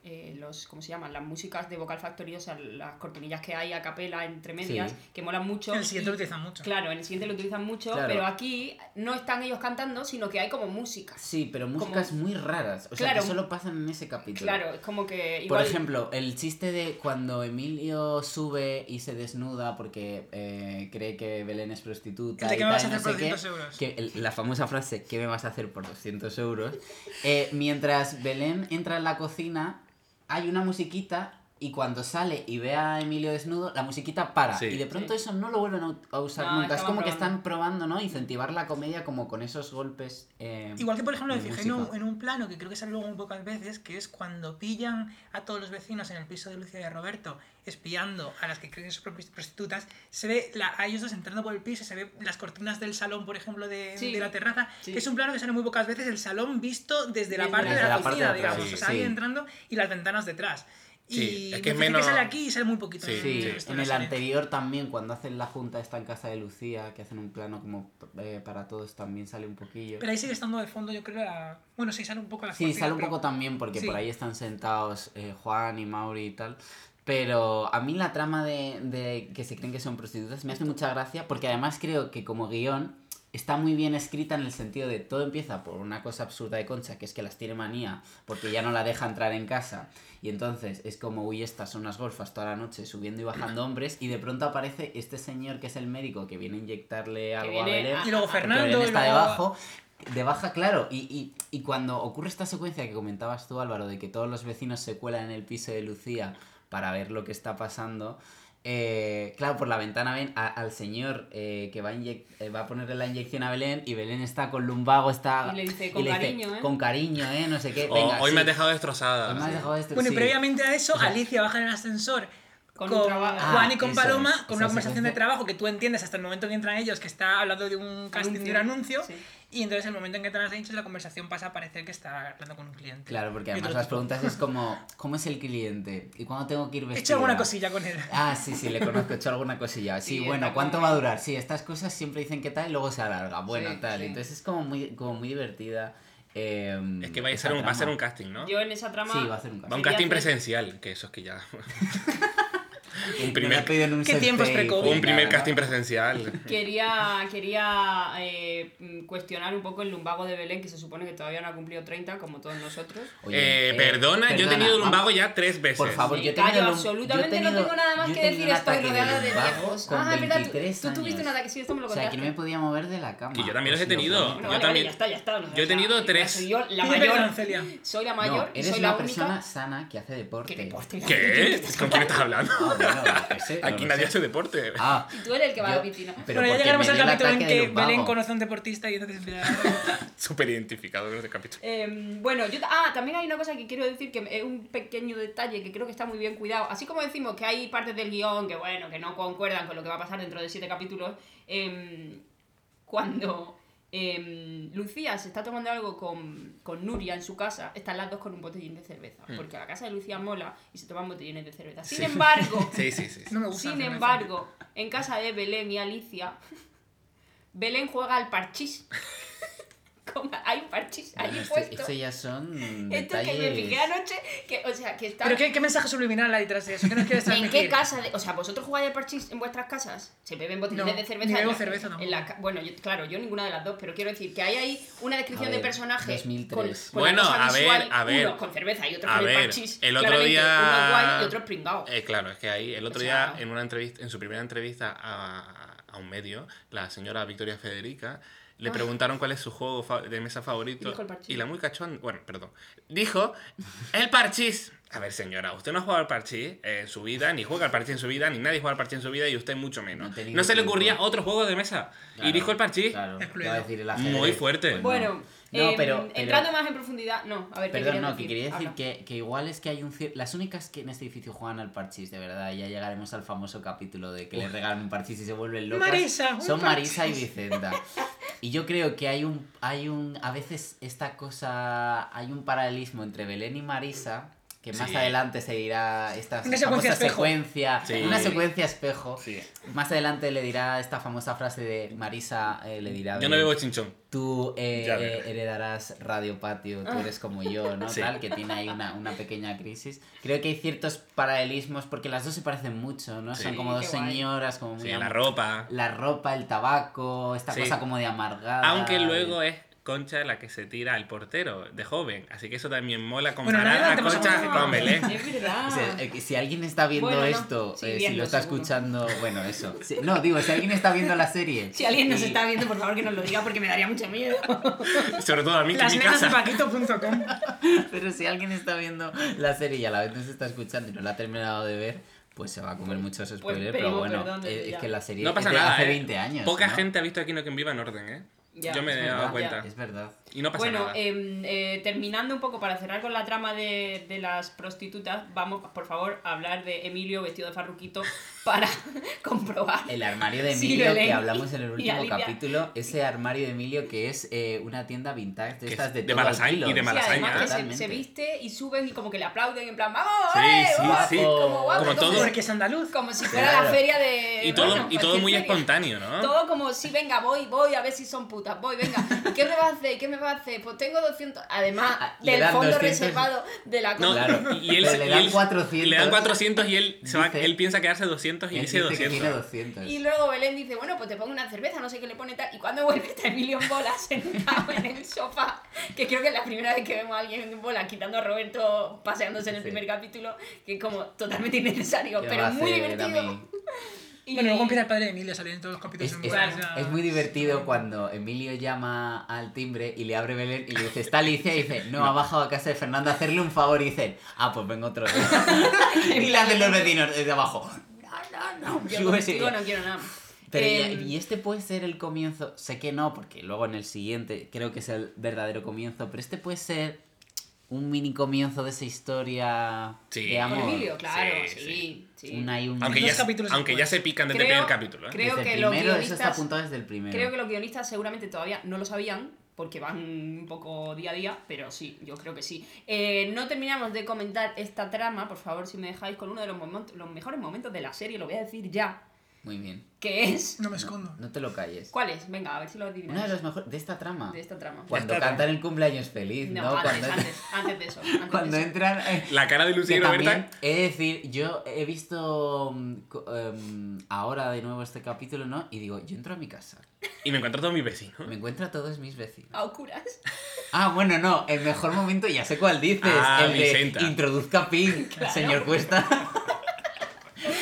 [SPEAKER 1] eh, los, ¿cómo se llaman? Las músicas de Vocal Factory, o sea, las cortinillas que hay a capela entre medias,
[SPEAKER 4] Sí.
[SPEAKER 1] que molan mucho.
[SPEAKER 2] En el siguiente
[SPEAKER 1] y-
[SPEAKER 2] lo utilizan mucho.
[SPEAKER 1] Claro, en el siguiente lo utilizan mucho,
[SPEAKER 4] Claro.
[SPEAKER 1] pero aquí no están ellos cantando, sino que hay como música.
[SPEAKER 4] Sí, pero músicas muy raras. O sea,
[SPEAKER 1] Claro.
[SPEAKER 4] que solo pasan en ese capítulo.
[SPEAKER 1] Claro, es como que...
[SPEAKER 4] Por
[SPEAKER 1] igual-
[SPEAKER 4] ejemplo, el chiste de cuando Emilio sube y se desnuda porque eh, cree que Belén es prostituta.
[SPEAKER 2] El de
[SPEAKER 4] y
[SPEAKER 2] que me vas a
[SPEAKER 4] tal,
[SPEAKER 2] hacer por
[SPEAKER 4] no sé qué,
[SPEAKER 2] 200 euros.
[SPEAKER 4] que el- la famosa frase, ¿qué me vas a hacer por 200 euros? Eh, mientras Belén entra en la cocina, hay una musiquita y cuando sale y ve a Emilio desnudo, la musiquita para.
[SPEAKER 3] Sí.
[SPEAKER 4] Y de pronto
[SPEAKER 1] Sí.
[SPEAKER 4] eso no lo vuelven a u- a usar
[SPEAKER 1] No,
[SPEAKER 4] nunca. Es
[SPEAKER 1] estaban
[SPEAKER 4] como que
[SPEAKER 1] probando.
[SPEAKER 4] están probando, ¿no? Incentivar la comedia como con esos golpes. eh,
[SPEAKER 2] Igual que, por ejemplo, me
[SPEAKER 4] de
[SPEAKER 2] fijé en un,
[SPEAKER 4] música.
[SPEAKER 2] en un plano que creo que sale luego muy pocas veces, que es cuando pillan a todos los vecinos en el piso de Lucia y de Roberto espiando a las que creen que son propi- prostitutas, se ve la- a ellos dos entrando por el piso, se ve las cortinas del salón, por ejemplo, de,
[SPEAKER 1] Sí.
[SPEAKER 2] de la terraza,
[SPEAKER 1] Sí.
[SPEAKER 2] que es un plano que sale muy pocas veces, el salón visto desde la
[SPEAKER 1] Desde
[SPEAKER 2] parte de
[SPEAKER 4] la
[SPEAKER 2] la,
[SPEAKER 4] parte de
[SPEAKER 2] cocina,
[SPEAKER 4] atrás,
[SPEAKER 2] digamos,
[SPEAKER 3] sí,
[SPEAKER 2] o sea, ahí
[SPEAKER 4] sí.
[SPEAKER 2] entrando y las ventanas detrás.
[SPEAKER 3] Sí,
[SPEAKER 2] y
[SPEAKER 3] es que es
[SPEAKER 2] me fijé
[SPEAKER 3] menos-
[SPEAKER 2] sale aquí y sale muy poquito. ¿eh?
[SPEAKER 3] Sí,
[SPEAKER 2] en el
[SPEAKER 4] Sí,
[SPEAKER 2] resto de
[SPEAKER 4] en
[SPEAKER 2] la
[SPEAKER 4] el
[SPEAKER 2] serie.
[SPEAKER 4] anterior también, cuando hacen la junta esta en casa de Lucía, que hacen un plano como eh, para todos, también sale un poquillo.
[SPEAKER 2] Pero ahí sigue estando de fondo, yo creo, la... Bueno, sí, sale un poco la
[SPEAKER 4] Sí, sale un
[SPEAKER 2] cortina,
[SPEAKER 4] poco
[SPEAKER 2] pero-
[SPEAKER 4] también porque
[SPEAKER 2] sí.
[SPEAKER 4] por ahí están sentados eh, Juan y Mauri y tal. Pero a mí la trama de, de que se creen que son prostitutas me hace mucha gracia porque además creo que como guión está muy bien escrita en el sentido de todo empieza por una cosa absurda de Concha, que es que las tiene manía porque ya no la deja entrar en casa. Y entonces es como, uy, estas son unas golfas toda la noche subiendo y bajando hombres y de pronto aparece este señor que es el médico que viene a inyectarle algo a
[SPEAKER 1] viene
[SPEAKER 4] Belén.
[SPEAKER 1] a-
[SPEAKER 2] Y luego
[SPEAKER 4] Ah, Porque
[SPEAKER 2] Fernando...
[SPEAKER 4] Belén
[SPEAKER 2] y
[SPEAKER 4] está
[SPEAKER 2] luego-
[SPEAKER 4] debajo. De baja, claro. Y, y- y cuando ocurre esta secuencia que comentabas tú, Álvaro, de que todos los vecinos se cuelan en el piso de Lucía para ver lo que está pasando. eh, claro, por la ventana ven a- al señor eh, que va a, inyec- eh, va a ponerle la inyección a Belén y Belén está con lumbago, está...
[SPEAKER 1] Y le dice, "Con cariño, ¿eh?".
[SPEAKER 4] Con cariño, ¿eh? No sé qué.
[SPEAKER 3] O-
[SPEAKER 4] Venga,
[SPEAKER 3] Oh, hoy
[SPEAKER 4] sí.
[SPEAKER 3] me has dejado destrozada.
[SPEAKER 4] Hoy me has dejado esto,
[SPEAKER 2] Bueno, y
[SPEAKER 4] sí.
[SPEAKER 2] previamente a eso, Alicia baja en el ascensor
[SPEAKER 1] Con
[SPEAKER 2] con,
[SPEAKER 1] un trabajo.
[SPEAKER 2] Juan y
[SPEAKER 4] Ah,
[SPEAKER 2] con
[SPEAKER 4] eso
[SPEAKER 2] Paloma,
[SPEAKER 4] es,
[SPEAKER 2] con
[SPEAKER 4] esa
[SPEAKER 2] una conversación de
[SPEAKER 4] secuencia.
[SPEAKER 2] trabajo que tú entiendes hasta el momento que entran ellos, que está hablando de un casting de un anuncio.
[SPEAKER 1] Sí.
[SPEAKER 2] Y entonces, el momento en que entran las hinchas, la conversación pasa a parecer que está hablando con un cliente.
[SPEAKER 4] Claro, porque
[SPEAKER 2] Y
[SPEAKER 4] además
[SPEAKER 2] otro
[SPEAKER 4] las
[SPEAKER 2] tipo,
[SPEAKER 4] preguntas es como, ¿cómo es el cliente? ¿Y cuándo tengo que ir
[SPEAKER 2] He
[SPEAKER 4] vestida?
[SPEAKER 2] hecho alguna cosilla con él.
[SPEAKER 4] Ah, sí, sí, le conozco, he hecho alguna cosilla.
[SPEAKER 1] Sí,
[SPEAKER 4] Sí, bueno,
[SPEAKER 1] está
[SPEAKER 4] ¿cuánto
[SPEAKER 1] como-
[SPEAKER 4] va a durar? Sí, estas cosas siempre dicen que tal y luego se alarga. Bueno,
[SPEAKER 1] Sí,
[SPEAKER 4] tal.
[SPEAKER 1] sí.
[SPEAKER 4] Entonces es como muy, como muy divertida. eh,
[SPEAKER 3] Es que va a,
[SPEAKER 4] esa
[SPEAKER 3] ser un, va a ser
[SPEAKER 4] trama.
[SPEAKER 3] un casting, ¿no?
[SPEAKER 1] Yo en esa trama...
[SPEAKER 4] Sí, va a ser un
[SPEAKER 3] Va
[SPEAKER 4] casting.
[SPEAKER 1] Quería
[SPEAKER 3] un casting
[SPEAKER 1] hacer-
[SPEAKER 3] presencial, que eso es que ya. un
[SPEAKER 4] Me la
[SPEAKER 3] primer,
[SPEAKER 4] piden un
[SPEAKER 2] ¿Qué tiempos
[SPEAKER 4] sensei,
[SPEAKER 2] pre-covid?
[SPEAKER 4] pues,
[SPEAKER 3] un primer
[SPEAKER 4] nada.
[SPEAKER 3] casting presencial.
[SPEAKER 1] Quería, quería eh, mm, cuestionar un poco el lumbago de Belén, que se supone que todavía no ha cumplido 30, como todos nosotros.
[SPEAKER 4] Oye,
[SPEAKER 3] Eh,
[SPEAKER 4] eh,
[SPEAKER 3] perdona, yo he tenido
[SPEAKER 4] vamos,
[SPEAKER 3] lumbago ya tres veces.
[SPEAKER 4] Por favor,
[SPEAKER 1] Me
[SPEAKER 4] Ah, yo he
[SPEAKER 1] callo,
[SPEAKER 4] tenido lum-
[SPEAKER 1] absolutamente
[SPEAKER 4] yo he
[SPEAKER 1] no
[SPEAKER 4] tenido-
[SPEAKER 1] tengo nada más
[SPEAKER 4] yo he
[SPEAKER 1] que
[SPEAKER 4] tenido
[SPEAKER 1] decir,
[SPEAKER 4] un
[SPEAKER 1] estoy
[SPEAKER 4] ataque
[SPEAKER 1] rodeada de
[SPEAKER 4] lumbago
[SPEAKER 1] viejos.
[SPEAKER 4] con
[SPEAKER 1] Ah, es verdad, tú-
[SPEAKER 4] 23
[SPEAKER 1] tú tuviste
[SPEAKER 4] años.
[SPEAKER 1] un ataque, sí, esto me lo
[SPEAKER 4] O sea, que no me
[SPEAKER 1] contaste.
[SPEAKER 4] podía mover de la cama.
[SPEAKER 3] Que yo también los he
[SPEAKER 4] Os lo
[SPEAKER 3] tenido.
[SPEAKER 4] prometo.
[SPEAKER 1] Bueno,
[SPEAKER 3] Yo
[SPEAKER 1] vale, vale,
[SPEAKER 3] también-
[SPEAKER 1] ya está, ya está. no,
[SPEAKER 3] yo
[SPEAKER 1] o sea,
[SPEAKER 3] he tenido
[SPEAKER 1] igual
[SPEAKER 3] tres.
[SPEAKER 1] Soy yo la
[SPEAKER 2] Pide
[SPEAKER 1] mayor.
[SPEAKER 2] perdón, Celia.
[SPEAKER 1] Soy la
[SPEAKER 4] No,
[SPEAKER 1] mayor y
[SPEAKER 4] eres
[SPEAKER 1] soy
[SPEAKER 4] una
[SPEAKER 1] la
[SPEAKER 4] persona
[SPEAKER 1] única.
[SPEAKER 4] sana que hace deporte.
[SPEAKER 1] que le poste.
[SPEAKER 3] ¿Qué? ¿Con quién estás hablando?
[SPEAKER 4] No, Ah, bueno, yo qué sé, no
[SPEAKER 3] Aquí
[SPEAKER 4] lo
[SPEAKER 3] nadie
[SPEAKER 4] sé.
[SPEAKER 3] hace deporte.
[SPEAKER 4] Ah,
[SPEAKER 1] Y tú eres el que va a
[SPEAKER 4] Yo-
[SPEAKER 1] la piscina.
[SPEAKER 4] pero
[SPEAKER 2] bueno, ya
[SPEAKER 4] porque
[SPEAKER 2] llegaremos
[SPEAKER 4] me
[SPEAKER 2] al
[SPEAKER 4] dio el
[SPEAKER 2] capítulo en
[SPEAKER 4] ataque de
[SPEAKER 2] que
[SPEAKER 4] un vago.
[SPEAKER 2] Belén conoce a un deportista y entonces "Ah, empieza a-
[SPEAKER 3] Súper identificado con ese capítulo.
[SPEAKER 1] Eh, bueno, yo, ah, también hay una cosa que quiero decir, que es un pequeño detalle que creo que está muy bien cuidado. Así como decimos que hay partes del guión que, bueno, que no concuerdan con lo que va a pasar dentro de siete capítulos, eh, cuando eh, Lucía se está tomando algo con, con Nuria en su casa, están las dos con un botellín de cerveza, porque la casa de Lucía mola y se toman botellines de cerveza. Sin
[SPEAKER 3] Sí.
[SPEAKER 1] embargo,
[SPEAKER 3] Sí, sí, sí. sí.
[SPEAKER 2] No me gusta. la
[SPEAKER 1] sin
[SPEAKER 2] cerveza.
[SPEAKER 1] embargo, en casa de Belén y Alicia, Belén juega al parchís. Como Hay un parchís allí
[SPEAKER 4] Bueno, esto-
[SPEAKER 1] puesto.
[SPEAKER 4] esto ya son
[SPEAKER 1] Esto que me fijé
[SPEAKER 4] detalles...
[SPEAKER 1] anoche, que, o sea, que está...
[SPEAKER 2] Pero ¿qué, qué mensaje subliminal hay detrás de eso? ¿Qué nos quieres
[SPEAKER 1] ¿En
[SPEAKER 2] transmitir?
[SPEAKER 1] qué casa? de- o sea, ¿vosotros jugáis al parchís en vuestras casas? ¿Se beben botellines
[SPEAKER 2] No,
[SPEAKER 1] de cerveza?
[SPEAKER 2] ni
[SPEAKER 1] en
[SPEAKER 2] bebo
[SPEAKER 1] la-
[SPEAKER 2] cerveza
[SPEAKER 1] en
[SPEAKER 2] tampoco.
[SPEAKER 1] la ca- bueno, yo- claro, yo ninguna de las dos, pero quiero decir que hay ahí una descripción
[SPEAKER 4] A ver,
[SPEAKER 1] de personaje
[SPEAKER 4] 2003.
[SPEAKER 1] con, con la
[SPEAKER 3] Bueno,
[SPEAKER 1] cosa
[SPEAKER 3] a ver,
[SPEAKER 1] visual,
[SPEAKER 3] a ver.
[SPEAKER 1] unos con cerveza y otros
[SPEAKER 3] A
[SPEAKER 1] con el
[SPEAKER 3] ver,
[SPEAKER 1] parchís.
[SPEAKER 3] el otro
[SPEAKER 1] claramente,
[SPEAKER 3] día-
[SPEAKER 1] Uno es guay y otro es pringao.
[SPEAKER 3] Eh, claro, es que ahí el otro
[SPEAKER 1] O sea-
[SPEAKER 3] día en una entrevista, en su primera entrevista a, a un medio, la señora Victoria Federica le
[SPEAKER 1] Ah.
[SPEAKER 3] preguntaron cuál es su juego fa- de mesa favorito.
[SPEAKER 1] Y dijo el parchís.
[SPEAKER 3] la muy cachón, bueno, perdón, dijo el parchís. A ver, señora, usted no ha jugado al parchís eh, en su vida, ni juega al parchís en su vida, ni nadie juega al parchís en su vida y usted mucho menos.
[SPEAKER 4] No ha
[SPEAKER 3] No,
[SPEAKER 4] tenido
[SPEAKER 3] se le
[SPEAKER 4] tiempo.
[SPEAKER 3] ocurría otro juego de mesa. y
[SPEAKER 4] Claro,
[SPEAKER 3] dijo el parchís.
[SPEAKER 4] Claro, te
[SPEAKER 2] Excluido.
[SPEAKER 4] iba a decir el
[SPEAKER 3] Muy
[SPEAKER 4] ajedrez.
[SPEAKER 3] fuerte.
[SPEAKER 4] Pues no.
[SPEAKER 1] Bueno,
[SPEAKER 4] No,
[SPEAKER 1] em,
[SPEAKER 4] pero- pero-
[SPEAKER 1] entrando más en profundidad, no, a ver, ¿qué
[SPEAKER 4] Perdón,
[SPEAKER 1] querías
[SPEAKER 4] no, que quería decir
[SPEAKER 1] Habla.
[SPEAKER 4] que, que igual es que hay un cier- Las únicas que en este edificio juegan al parchís, de verdad, ya llegaremos al famoso capítulo de que le regalan un parchís y se vuelven locas.
[SPEAKER 2] Marisa, un
[SPEAKER 4] Son Marisa y
[SPEAKER 2] parchís.
[SPEAKER 4] Vicenta. Y yo creo que hay un, hay un. A veces esta cosa. Hay un paralelismo entre Belén y Marisa. Que más
[SPEAKER 3] Sí.
[SPEAKER 4] adelante se dirá esta
[SPEAKER 2] Una secuencia
[SPEAKER 4] famosa
[SPEAKER 2] espejo.
[SPEAKER 4] secuencia.
[SPEAKER 3] Sí.
[SPEAKER 4] Una secuencia espejo.
[SPEAKER 3] Sí.
[SPEAKER 4] Más adelante le dirá esta famosa frase de Marisa. eh, le dirá.
[SPEAKER 3] Yo no
[SPEAKER 4] Belén,
[SPEAKER 3] bebo chinchón.
[SPEAKER 4] Tú eh,
[SPEAKER 3] Ya veré.
[SPEAKER 4] heredarás Radio Patio, tú eres como yo, ¿no?
[SPEAKER 3] Sí.
[SPEAKER 4] Tal, que tiene ahí una, una pequeña crisis. Creo que hay ciertos paralelismos porque las dos se parecen mucho, ¿no?
[SPEAKER 3] Sí.
[SPEAKER 4] Son como
[SPEAKER 1] Sí,
[SPEAKER 4] dos
[SPEAKER 1] qué guay.
[SPEAKER 4] señoras, como muy
[SPEAKER 3] Sí, la
[SPEAKER 4] am-
[SPEAKER 3] ropa.
[SPEAKER 4] la ropa, el tabaco, esta
[SPEAKER 3] Sí.
[SPEAKER 4] cosa como de amargada.
[SPEAKER 3] Aunque luego es Concha la que se tira al portero de joven. Así que eso también mola
[SPEAKER 2] Bueno,
[SPEAKER 3] comparar
[SPEAKER 2] nada,
[SPEAKER 3] a
[SPEAKER 2] te pasamos
[SPEAKER 3] Concha
[SPEAKER 2] a-
[SPEAKER 3] con Ah, Belén.
[SPEAKER 1] Es verdad.
[SPEAKER 4] O sea, eh, que si alguien está viendo
[SPEAKER 1] Ah. Bueno, no.
[SPEAKER 4] esto,
[SPEAKER 1] Sí,
[SPEAKER 4] eh, si
[SPEAKER 1] viendo,
[SPEAKER 4] lo está
[SPEAKER 1] seguro.
[SPEAKER 4] escuchando, bueno, eso. Si- no, digo, si alguien está viendo la serie.
[SPEAKER 1] Si alguien nos
[SPEAKER 4] y-
[SPEAKER 1] está viendo, por favor que nos lo diga porque me daría mucho miedo.
[SPEAKER 3] Sobre todo a mí que en
[SPEAKER 2] Las
[SPEAKER 3] mi
[SPEAKER 2] nenas de
[SPEAKER 3] casa.
[SPEAKER 2] Paquito.com.
[SPEAKER 4] Pero si alguien está viendo la serie y a la vez nos está escuchando y no la ha terminado de ver, pues se va a comer muchos spoilers. pero
[SPEAKER 1] pedimos
[SPEAKER 4] bueno,
[SPEAKER 1] perdón desde
[SPEAKER 4] eh, es
[SPEAKER 1] ya.
[SPEAKER 4] que la serie
[SPEAKER 3] No pasa
[SPEAKER 4] es de
[SPEAKER 3] nada.
[SPEAKER 4] hace
[SPEAKER 3] eh.
[SPEAKER 4] 20 años.
[SPEAKER 3] Poca
[SPEAKER 4] ¿no?
[SPEAKER 3] gente ha visto Aquí no que en viva en orden, ¿eh?
[SPEAKER 1] Ya,
[SPEAKER 3] Yo me
[SPEAKER 1] es
[SPEAKER 3] he
[SPEAKER 1] verdad,
[SPEAKER 3] dado cuenta.
[SPEAKER 4] Es verdad.
[SPEAKER 3] Y no pasa
[SPEAKER 1] Bueno,
[SPEAKER 3] nada.
[SPEAKER 1] em, eh, terminando un poco para cerrar con la trama de, de las prostitutas, vamos por favor a hablar de Emilio vestido de farruquito para comprobar.
[SPEAKER 4] El armario de
[SPEAKER 1] Sí,
[SPEAKER 4] Emilio
[SPEAKER 1] Belén.
[SPEAKER 4] que hablamos en el
[SPEAKER 1] Y
[SPEAKER 4] último
[SPEAKER 1] Alicia.
[SPEAKER 4] capítulo, ese armario de Emilio que es eh, una tienda vintage de
[SPEAKER 3] Que
[SPEAKER 4] estas
[SPEAKER 3] es
[SPEAKER 4] de,
[SPEAKER 3] de
[SPEAKER 4] todo
[SPEAKER 3] Malasaña
[SPEAKER 4] al
[SPEAKER 3] y
[SPEAKER 4] kilo.
[SPEAKER 3] de
[SPEAKER 4] Sí,
[SPEAKER 1] Sí,
[SPEAKER 3] Malasaña.
[SPEAKER 1] además que se,
[SPEAKER 4] Totalmente.
[SPEAKER 1] se viste y suben y como que le aplauden en plan, ¡vamos!
[SPEAKER 3] Sí,
[SPEAKER 1] eh,
[SPEAKER 3] sí,
[SPEAKER 1] vamos!
[SPEAKER 4] sí.
[SPEAKER 1] Como, guapo,
[SPEAKER 3] Como todo.
[SPEAKER 2] Porque es andaluz.
[SPEAKER 1] como si fuera
[SPEAKER 4] Claro.
[SPEAKER 1] la feria de...
[SPEAKER 3] y todo,
[SPEAKER 1] bueno,
[SPEAKER 3] y todo
[SPEAKER 1] cualquier
[SPEAKER 3] muy
[SPEAKER 1] feria.
[SPEAKER 3] espontáneo, ¿no?
[SPEAKER 1] Todo como, sí, venga, voy, voy, a ver si son putas, voy, venga. ¿Y qué me va a hacer? ¿Qué me va a hacer? Pues tengo 200... Además,
[SPEAKER 4] Ah, le
[SPEAKER 1] del
[SPEAKER 4] dan
[SPEAKER 1] fondo
[SPEAKER 4] 200.
[SPEAKER 1] reservado de la
[SPEAKER 3] No,
[SPEAKER 1] compra.
[SPEAKER 4] Claro.
[SPEAKER 3] y, y él,
[SPEAKER 4] Pero le
[SPEAKER 3] y
[SPEAKER 4] dan
[SPEAKER 3] él-
[SPEAKER 4] 400.
[SPEAKER 3] le dan 400 y él, se va-
[SPEAKER 4] Dice-
[SPEAKER 3] él piensa quedarse 200 y
[SPEAKER 4] Él
[SPEAKER 3] dice
[SPEAKER 4] que tiene
[SPEAKER 3] 200.
[SPEAKER 4] 200.
[SPEAKER 1] Y luego Belén dice, bueno, pues te pongo una cerveza, no sé qué le pone tal. Y cuando vuelve está Emilio en bola sentado en el sofá, que creo que es la primera vez que vemos a alguien en bola quitando a Roberto paseándose en el
[SPEAKER 4] Sí.
[SPEAKER 1] primer capítulo, que es como totalmente innecesario,
[SPEAKER 4] ¿Qué va
[SPEAKER 1] pero
[SPEAKER 4] a
[SPEAKER 1] muy
[SPEAKER 4] hacer a
[SPEAKER 1] divertido.
[SPEAKER 4] mí?
[SPEAKER 1] Y
[SPEAKER 2] Bueno, luego empieza el padre de Emilio a salir en todos los capítulos.
[SPEAKER 4] Es,
[SPEAKER 2] en
[SPEAKER 4] es-
[SPEAKER 2] plan, o sea,
[SPEAKER 4] es muy divertido cuando Emilio llama al timbre y le abre Belén y le dice, está Alicia, y dice, no, ha bajado a casa de Fernando a hacerle un favor, y dicen, ah, pues vengo otro día. y le hacen los vecinos desde abajo.
[SPEAKER 1] Ah, No, no, yo
[SPEAKER 4] Sube ese-
[SPEAKER 1] contigo no quiero nada.
[SPEAKER 4] Pero ya-
[SPEAKER 1] Em,
[SPEAKER 4] y este puede ser el comienzo, sé que no, porque luego en el siguiente creo que es el verdadero comienzo, pero este puede ser un mini comienzo de esa historia
[SPEAKER 3] Sí.
[SPEAKER 4] de
[SPEAKER 1] con
[SPEAKER 4] amor.
[SPEAKER 1] Emilio, claro,
[SPEAKER 3] Sí,
[SPEAKER 1] sí,
[SPEAKER 3] sí.
[SPEAKER 1] sí.
[SPEAKER 4] Un ahí, un
[SPEAKER 3] Aunque,
[SPEAKER 4] ahí.
[SPEAKER 2] Dos
[SPEAKER 3] ya, se-
[SPEAKER 2] capítulos
[SPEAKER 3] aunque ya
[SPEAKER 2] después.
[SPEAKER 3] se pican desde el
[SPEAKER 1] Creo-
[SPEAKER 3] primer capítulo, ¿eh?
[SPEAKER 1] creo-
[SPEAKER 4] Desde
[SPEAKER 1] que
[SPEAKER 4] el
[SPEAKER 1] los
[SPEAKER 4] primero, eso está
[SPEAKER 1] guionistas-
[SPEAKER 4] apuntado desde el primero.
[SPEAKER 1] Creo que los guionistas seguramente todavía no lo sabían, porque van un poco día a día, pero sí, yo creo que sí. Eh, no terminamos de comentar esta trama, por favor, si me dejáis con uno de los, momento- los mejores momentos de la serie, lo voy a decir ya,
[SPEAKER 4] Muy bien.
[SPEAKER 1] que es...
[SPEAKER 2] No me escondo.
[SPEAKER 4] No te lo calles.
[SPEAKER 1] Mm. ¿Cuál es? Venga, a ver si lo adivináis.
[SPEAKER 4] Uno de los mejores de esta trama.
[SPEAKER 1] de esta trama.
[SPEAKER 4] Cuando
[SPEAKER 3] Esta
[SPEAKER 4] cantan el cumpleaños feliz,
[SPEAKER 1] No,
[SPEAKER 4] ¿no?
[SPEAKER 1] antes,
[SPEAKER 4] Cuando,
[SPEAKER 1] antes, antes de eso. antes
[SPEAKER 4] cuando
[SPEAKER 1] de eso.
[SPEAKER 4] entran. eh,
[SPEAKER 3] La cara de Lucía y
[SPEAKER 4] que también,
[SPEAKER 3] Roberta.
[SPEAKER 4] he de decir, yo he visto mm, co- em, ahora de nuevo este capítulo, ¿no? Y digo, yo entro a mi casa,
[SPEAKER 3] Y me encuentro a todos mis vecinos.
[SPEAKER 4] me encuentro a todos mis vecinos.
[SPEAKER 1] A oscuras.
[SPEAKER 4] Ah, bueno, no, el mejor momento ya sé cuál dices.
[SPEAKER 3] Ah,
[SPEAKER 4] el de
[SPEAKER 3] Vicenta.
[SPEAKER 4] introduzca pin, señor Cuesta.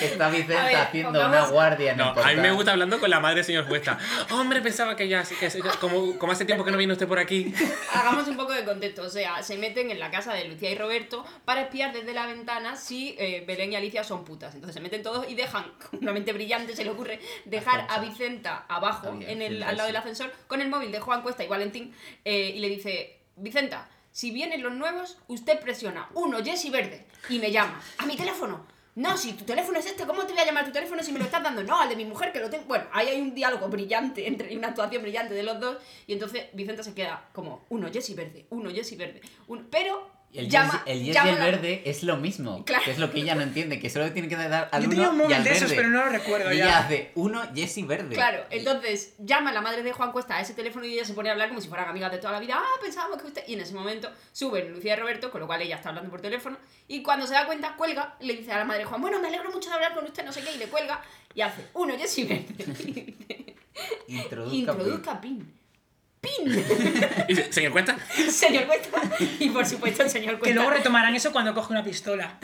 [SPEAKER 4] Está Vicenta
[SPEAKER 1] A ver,
[SPEAKER 4] haciendo una
[SPEAKER 1] pongamos-
[SPEAKER 4] guardia en el
[SPEAKER 3] No, a mí me
[SPEAKER 4] portal.
[SPEAKER 3] gusta hablando con la madre del señor Cuesta. Hombre, pensaba que ya, que- que- como, como hace tiempo que no vino usted por aquí.
[SPEAKER 1] Hagamos un poco de contexto, o sea, se meten en la casa de Lucía y Roberto para espiar desde la ventana si eh, Belén y Alicia son putas. Entonces se meten todos y dejan, con una mente brillante se le ocurre, dejar a Vicenta abajo,
[SPEAKER 4] Había
[SPEAKER 1] en el,
[SPEAKER 4] Vicenta,
[SPEAKER 1] al lado del
[SPEAKER 4] sí.
[SPEAKER 1] ascensor, con el móvil de Juan Cuesta y Valentín, eh, y le dice, Vicenta, si vienen los nuevos, usted presiona uno Jessy Verde y me llama. A mi teléfono. No, si tu teléfono es este, ¿cómo te voy a llamar a tu teléfono si me lo estás dando? No, al de mi mujer que lo tengo. Bueno, ahí hay un diálogo brillante entre y una actuación brillante de los dos. Y entonces Vicenta se queda como uno Jessy Verde, uno Jessy Verde. un- Pero
[SPEAKER 4] El
[SPEAKER 1] llama.
[SPEAKER 4] yes, el yes y
[SPEAKER 1] llama
[SPEAKER 4] el
[SPEAKER 1] la-
[SPEAKER 4] verde es lo mismo,
[SPEAKER 1] Claro.
[SPEAKER 4] que es lo que ella no entiende, que solo tiene que dar al
[SPEAKER 2] Yo tenía
[SPEAKER 4] uno
[SPEAKER 2] un
[SPEAKER 4] y
[SPEAKER 2] móvil
[SPEAKER 4] al
[SPEAKER 2] de esos,
[SPEAKER 4] verde.
[SPEAKER 2] pero no lo recuerdo
[SPEAKER 4] y
[SPEAKER 2] ya.
[SPEAKER 4] ella hace uno Jessy verde.
[SPEAKER 1] Claro, entonces llama la madre de Juan Cuesta a ese teléfono y ella se pone a hablar como si fueran amigas de toda la vida. Ah, pensábamos que usted. Y en ese momento suben Lucía y Roberto, con lo cual ella está hablando por teléfono. Y cuando se da cuenta, cuelga, le dice a la madre de Juan, bueno, me alegro mucho de hablar con usted, no sé qué, y le cuelga y hace uno, Jessy Verde.
[SPEAKER 4] Introduzca,
[SPEAKER 1] Introduzca PIN.
[SPEAKER 3] Y dice, señor Cuesta,
[SPEAKER 1] Señor Cuesta. Y por supuesto, el señor
[SPEAKER 2] Que
[SPEAKER 1] Cuesta.
[SPEAKER 2] luego retomarán eso cuando coge una pistola.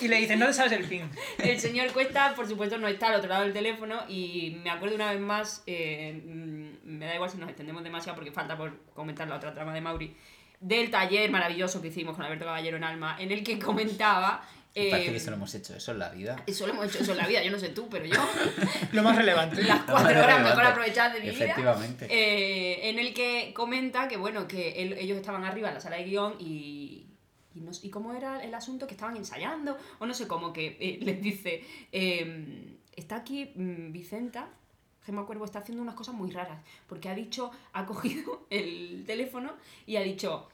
[SPEAKER 2] y le dicen, no te sabes el fin.
[SPEAKER 1] El señor Cuesta, por supuesto, no está al otro lado del teléfono y me acuerdo una vez más, eh, mm, me da igual si nos extendemos demasiado porque falta por comentar la otra trama de Mauri, del taller maravilloso que hicimos con Alberto Caballero en Alma, en el que comentaba...
[SPEAKER 4] Me Parece
[SPEAKER 1] eh,
[SPEAKER 4] que solo hemos hecho eso en la vida.
[SPEAKER 1] eso lo hemos hecho eso en la vida, yo no sé tú, pero yo
[SPEAKER 2] Lo más relevante.
[SPEAKER 1] las
[SPEAKER 4] No, no,
[SPEAKER 1] cuatro
[SPEAKER 4] no,
[SPEAKER 1] horas
[SPEAKER 4] no,
[SPEAKER 1] mejor
[SPEAKER 4] no.
[SPEAKER 1] aprovechadas de mi vida.
[SPEAKER 4] Efectivamente.
[SPEAKER 1] Eh, en el que comenta que, bueno, que él- ellos estaban arriba en la sala de guión y. Y, no sé- y cómo era el asunto que estaban ensayando, o no sé cómo, que eh, les dice: eh, Está aquí mm, Vicenta, Gemma Cuervo, está haciendo unas cosas muy raras, porque ha dicho, ha cogido el teléfono y ha dicho: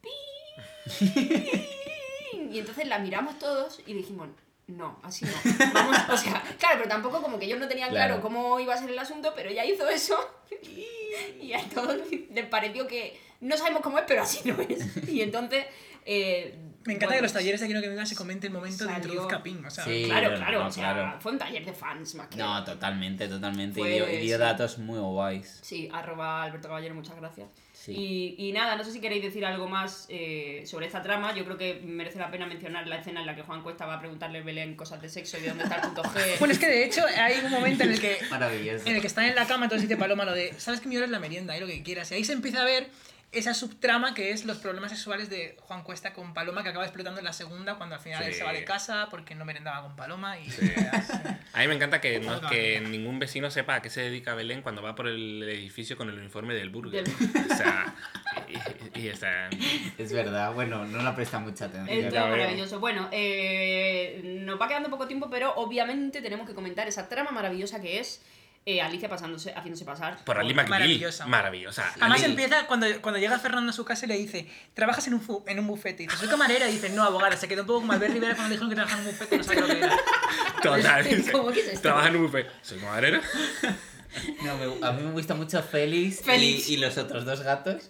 [SPEAKER 1] "Ping". Y entonces la miramos todos y dijimos, no, así no. Vamos, o sea, claro, pero tampoco como que ellos no tenían claro.
[SPEAKER 4] Claro.
[SPEAKER 1] cómo iba a ser el asunto, pero ella hizo eso y a todos les pareció que no sabemos cómo es, pero así no es. Y entonces... eh,
[SPEAKER 2] Me encanta que
[SPEAKER 1] bueno,
[SPEAKER 2] en los talleres de Quiero que Viva se comente el momento
[SPEAKER 1] salió-
[SPEAKER 2] de introduzca ping, o sea,
[SPEAKER 4] Sí.
[SPEAKER 1] Claro,
[SPEAKER 4] no,
[SPEAKER 1] claro,
[SPEAKER 4] no,
[SPEAKER 1] o sea,
[SPEAKER 4] claro.
[SPEAKER 1] fue un taller de fans más que...
[SPEAKER 4] No, totalmente, totalmente.
[SPEAKER 1] Pues,
[SPEAKER 4] y dio, y dio
[SPEAKER 1] sí.
[SPEAKER 4] datos muy guays.
[SPEAKER 1] Sí, arroba Alberto Caballero, muchas gracias.
[SPEAKER 4] Sí.
[SPEAKER 1] Y, y nada, no sé si queréis decir algo más eh, sobre esta trama. Yo creo que merece la pena mencionar la escena en la que Juan Cuesta va a preguntarle a Belén cosas de sexo y de dónde está el punto G.
[SPEAKER 2] Bueno, es que de hecho hay un momento en el que
[SPEAKER 4] Maravilloso.
[SPEAKER 2] en el que están en la cama, entonces dice Paloma lo de, sabes que mi hora es la merienda, y lo que quieras. Y ahí se empieza a ver esa subtrama que es los problemas sexuales de Juan Cuesta con Paloma que acaba explotando en la segunda cuando al final él
[SPEAKER 3] Sí.
[SPEAKER 2] se va de casa porque no merendaba con Paloma y
[SPEAKER 3] a mí me encanta que, no- que ningún vecino sepa a qué se dedica Belén cuando va por el edificio con el uniforme del burger. O sea, y, y- y está-
[SPEAKER 4] Es verdad, bueno, no la presta mucha atención.
[SPEAKER 1] Esto
[SPEAKER 3] Ya
[SPEAKER 1] es
[SPEAKER 3] veo.
[SPEAKER 1] maravilloso. Bueno, eh, nos va quedando poco tiempo, pero obviamente tenemos que comentar esa trama maravillosa que es eh, Alicia pasándose, haciéndose pasar.
[SPEAKER 3] por Ali McBeal.
[SPEAKER 2] Maravillosa.
[SPEAKER 3] Maravillosa. Maravillosa.
[SPEAKER 2] Además
[SPEAKER 3] Ali-
[SPEAKER 2] empieza cuando, cuando llega Fernando a su casa y le dice, trabajas en un, fu- en un bufete. Y dice, soy camarera. Y dice, no, abogada. Se quedó un poco como Albert Rivera cuando le dijeron que trabajaba en un bufete. No sabía lo que era.
[SPEAKER 3] Total.
[SPEAKER 1] ¿Cómo que es esto?
[SPEAKER 3] Trabaja en un buffet. Soy camarera.
[SPEAKER 4] No, me- a mí me gusta mucho Félix, y-
[SPEAKER 1] Félix.
[SPEAKER 4] Y, los otros dos gatos.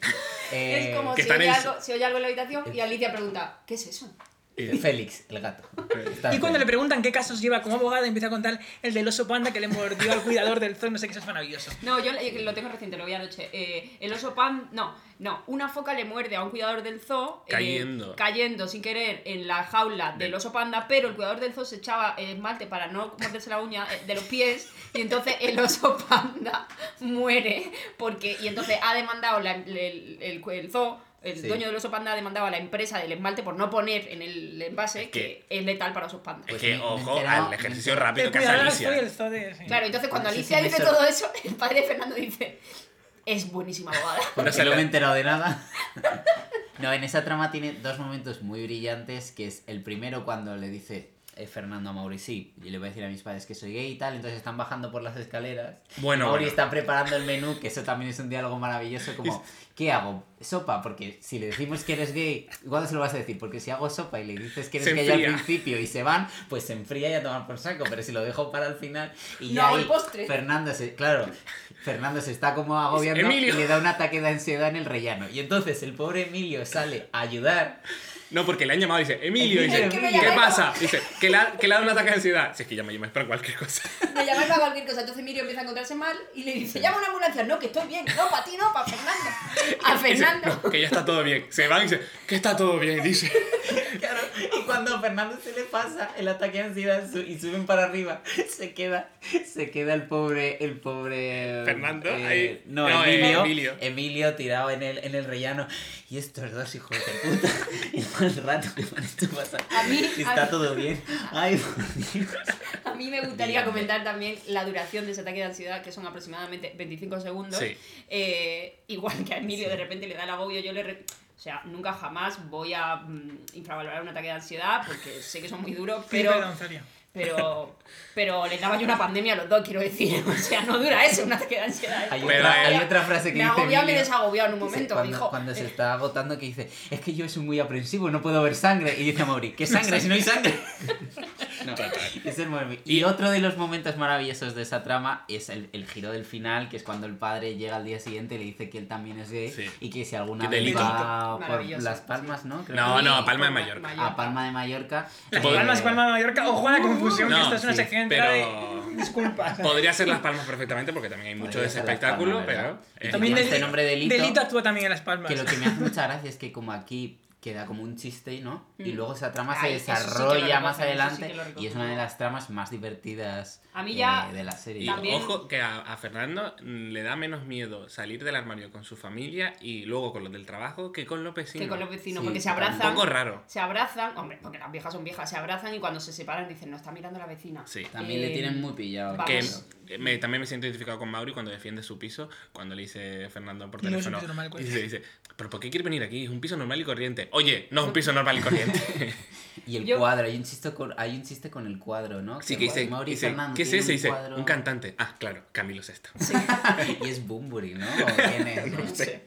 [SPEAKER 4] Eh,
[SPEAKER 1] es como
[SPEAKER 3] que
[SPEAKER 1] si
[SPEAKER 3] están
[SPEAKER 1] oye,
[SPEAKER 3] en- Eh,
[SPEAKER 1] algo, se oye algo en la habitación y Alicia pregunta, ¿qué es eso?
[SPEAKER 4] Eh, Félix, el gato. Está
[SPEAKER 2] Y cuando
[SPEAKER 4] Félix.
[SPEAKER 2] le preguntan qué casos lleva como abogada, empieza a contar el del oso panda que le mordió al cuidador del zoo. No sé qué, eso es maravilloso.
[SPEAKER 1] No, yo le- lo tengo reciente, lo vi anoche. Eh, el oso pan, no, no, una foca le muerde a un cuidador del zoo eh,
[SPEAKER 3] Cayendo.
[SPEAKER 1] cayendo sin querer en la jaula del
[SPEAKER 3] Del-
[SPEAKER 1] oso panda, pero el cuidador del zoo se echaba eh, esmalte para no morderse la uña eh, de los pies y entonces el oso panda muere porque y entonces ha demandado la- el, el- el zoo el
[SPEAKER 4] Sí.
[SPEAKER 1] dueño del oso panda ha demandado a la empresa del esmalte por no poner en el envase que,
[SPEAKER 3] que-
[SPEAKER 1] es letal para osos pandas.
[SPEAKER 3] Es
[SPEAKER 4] Pues
[SPEAKER 3] que,
[SPEAKER 4] me- me he
[SPEAKER 3] ojo,
[SPEAKER 4] enterado-
[SPEAKER 3] al
[SPEAKER 4] me he
[SPEAKER 3] ejercicio
[SPEAKER 4] enterado.
[SPEAKER 3] rápido que hace
[SPEAKER 2] cuidador del zoo y
[SPEAKER 3] Alicia.
[SPEAKER 2] el zoo de... sí.
[SPEAKER 1] Claro, entonces cuando
[SPEAKER 4] Sí, sí,
[SPEAKER 1] Alicia
[SPEAKER 4] me
[SPEAKER 1] dice
[SPEAKER 4] sor-
[SPEAKER 1] todo eso, el padre de Fernando dice, es buenísima abogada.
[SPEAKER 4] Porque
[SPEAKER 3] No se
[SPEAKER 4] no
[SPEAKER 3] le-
[SPEAKER 4] me he enterado de nada. No, en esa trama tiene dos momentos muy brillantes, que es el primero cuando le dice eh, Fernando a Mauri, sí, y le voy a decir a mis padres que soy gay y tal, entonces están bajando por las escaleras.
[SPEAKER 3] Bueno,
[SPEAKER 4] Mauri
[SPEAKER 3] bueno.
[SPEAKER 4] está preparando el menú, que eso también es un diálogo maravilloso, como, ¿qué hago? Sopa, porque si le decimos que eres gay, ¿cuándo se lo vas a decir? Porque si hago sopa y le dices que eres
[SPEAKER 3] Se
[SPEAKER 4] gay al
[SPEAKER 3] enfría.
[SPEAKER 4] principio y se van, pues se enfría y a tomar por saco, pero si lo dejo para el final y
[SPEAKER 1] No
[SPEAKER 4] ya
[SPEAKER 1] hago el
[SPEAKER 4] ahí
[SPEAKER 1] postre.
[SPEAKER 4] Fernando se, eh, claro, Fernando se está como agobiando
[SPEAKER 3] Emilio.
[SPEAKER 4] y le da un ataque de ansiedad en el rellano. Y entonces el pobre Emilio sale a ayudar
[SPEAKER 3] No, porque le han llamado y dice, Emilio,
[SPEAKER 4] Emilio,
[SPEAKER 3] dice,
[SPEAKER 4] que
[SPEAKER 1] me
[SPEAKER 3] ¿qué
[SPEAKER 1] llamáis
[SPEAKER 3] pasa? Dice, que le, ha, que le ha dado un ataque de ansiedad. Si es que ya me llamáis para cualquier cosa.
[SPEAKER 1] Me llamáis para cualquier cosa. Entonces Mirio empieza a encontrarse mal y le dice, llama a una ambulancia. No, que estoy bien. No, para ti no, para Fernando. A
[SPEAKER 3] Dice,
[SPEAKER 1] Fernando.
[SPEAKER 3] "No, que ya está todo bien. Se van y dice, que está todo bien, dice.
[SPEAKER 4] Claro, y cuando a Fernando se le pasa el ataque de ansiedad su- y suben para arriba, se queda, se queda el pobre, el pobre...
[SPEAKER 3] Fernando,
[SPEAKER 4] eh,
[SPEAKER 3] ahí.
[SPEAKER 4] No,
[SPEAKER 3] No, eh,
[SPEAKER 4] Emilio,
[SPEAKER 3] Emilio.
[SPEAKER 4] Emilio. tirado en el, en el rellano. Y estos dos hijos de puta. y todo el rato me van esto pasa.
[SPEAKER 1] A mí-
[SPEAKER 4] Si
[SPEAKER 1] a
[SPEAKER 4] está
[SPEAKER 1] mí-
[SPEAKER 4] todo bien. Ay, por Dios.
[SPEAKER 1] A mí me gustaría
[SPEAKER 4] Dígame.
[SPEAKER 1] comentar también la duración de ese ataque de ansiedad, que son aproximadamente 25 segundos.
[SPEAKER 3] Sí.
[SPEAKER 1] Eh, igual que a Emilio de repente le da el agobio, yo le... re- O sea, nunca jamás voy a mm, infravalorar un ataque de ansiedad porque sé que son muy duros, pero...
[SPEAKER 2] perdón, serio.
[SPEAKER 1] Pero, pero les daba yo una pandemia a los dos, quiero decir. O sea, no dura eso, un ataque de ansiedad.
[SPEAKER 4] Hay,
[SPEAKER 3] Pero
[SPEAKER 4] otra,
[SPEAKER 3] él-
[SPEAKER 4] hay otra frase que
[SPEAKER 1] me
[SPEAKER 4] dice
[SPEAKER 1] agobiado, me
[SPEAKER 4] Emilio.
[SPEAKER 1] desagobiado en un
[SPEAKER 4] Dice,
[SPEAKER 1] momento,
[SPEAKER 4] cuando,
[SPEAKER 1] dijo.
[SPEAKER 4] cuando se está agotando que dice, es que yo soy muy aprensivo, no puedo ver sangre. Y dice Mauri, ¿qué sangre si no hay sangre? No, es el momento. Y otro de los momentos maravillosos de esa trama es el, el giro del final, que es cuando el padre llega al día siguiente y le dice que él también es gay
[SPEAKER 3] Sí.
[SPEAKER 4] y que si alguna
[SPEAKER 3] Qué
[SPEAKER 4] vez
[SPEAKER 3] delito.
[SPEAKER 4] va por
[SPEAKER 1] Maravilloso,
[SPEAKER 4] Las
[SPEAKER 1] sí.
[SPEAKER 4] Palmas, ¿no? Creo
[SPEAKER 3] No,
[SPEAKER 4] que-
[SPEAKER 3] no, a Palma de Mallorca.
[SPEAKER 4] A Ah, Palma de Mallorca. eh,
[SPEAKER 2] Las
[SPEAKER 3] Pod-
[SPEAKER 2] palmas, palmas de Mallorca. Ojo a la confusión, que
[SPEAKER 3] No,
[SPEAKER 2] esta es una
[SPEAKER 4] sí,
[SPEAKER 2] sección
[SPEAKER 3] pero-
[SPEAKER 2] entera de disculpas.
[SPEAKER 3] Podría ser Las Palmas perfectamente porque también hay mucho de
[SPEAKER 4] Podría
[SPEAKER 3] ese
[SPEAKER 4] ser Las
[SPEAKER 3] espectáculo,
[SPEAKER 4] Palmas,
[SPEAKER 3] pero.
[SPEAKER 4] ¿verdad?
[SPEAKER 3] eh,
[SPEAKER 4] También
[SPEAKER 3] no.
[SPEAKER 4] este nombre de Lito.
[SPEAKER 2] Delito actúa también en Las Palmas.
[SPEAKER 4] Que lo que me hace mucha gracia es que como aquí queda como un chiste, ¿no? Y
[SPEAKER 1] Mm.
[SPEAKER 4] luego esa trama
[SPEAKER 1] Ay,
[SPEAKER 4] se
[SPEAKER 1] eso sí que lo
[SPEAKER 4] desarrolla
[SPEAKER 1] recogen,
[SPEAKER 4] más
[SPEAKER 1] eso sí que
[SPEAKER 4] adelante
[SPEAKER 1] lo
[SPEAKER 4] y es
[SPEAKER 1] recogen.
[SPEAKER 4] una de las tramas más divertidas
[SPEAKER 1] A mí ya
[SPEAKER 4] eh, de la serie.
[SPEAKER 3] Y
[SPEAKER 1] También-
[SPEAKER 3] ojo que a, a Fernando mm, le da menos miedo salir del armario con su familia y luego con los del trabajo que con los vecinos.
[SPEAKER 1] que con los vecinos,
[SPEAKER 4] Sí,
[SPEAKER 1] porque se
[SPEAKER 4] tampoco
[SPEAKER 3] Un
[SPEAKER 1] abrazan.
[SPEAKER 3] poco raro.
[SPEAKER 1] Se abrazan, hombre, porque las viejas son viejas, se abrazan y cuando se separan dicen, no está mirando la vecina.
[SPEAKER 3] Sí.
[SPEAKER 4] También le
[SPEAKER 1] Eh,
[SPEAKER 4] tienen muy pillado.
[SPEAKER 1] vamos.
[SPEAKER 3] Que
[SPEAKER 1] Vamos.
[SPEAKER 3] me- también me siento identificado con Mauri cuando defiende su piso, cuando le dice Fernando por
[SPEAKER 2] No es un
[SPEAKER 3] teléfono.
[SPEAKER 2] piso normal,
[SPEAKER 3] y
[SPEAKER 2] cuenta.
[SPEAKER 3] dice, dice, ¿pero por qué quiere venir aquí? Es un piso normal y corriente. Oye, no es un piso normal y corriente.
[SPEAKER 4] Y el
[SPEAKER 1] Yo-
[SPEAKER 4] cuadro, hay un, chiste con, hay un chiste con el cuadro, ¿no?
[SPEAKER 3] Así que dice,
[SPEAKER 4] Mauri
[SPEAKER 3] dice,
[SPEAKER 4] Fernando
[SPEAKER 3] ¿qué es
[SPEAKER 4] tiene
[SPEAKER 3] ese? dice,
[SPEAKER 4] cuadro-
[SPEAKER 3] un cantante. Ah, claro, Camilo Sexto.
[SPEAKER 4] y es Bumburi, ¿no? ¿O quién es?
[SPEAKER 1] No sé.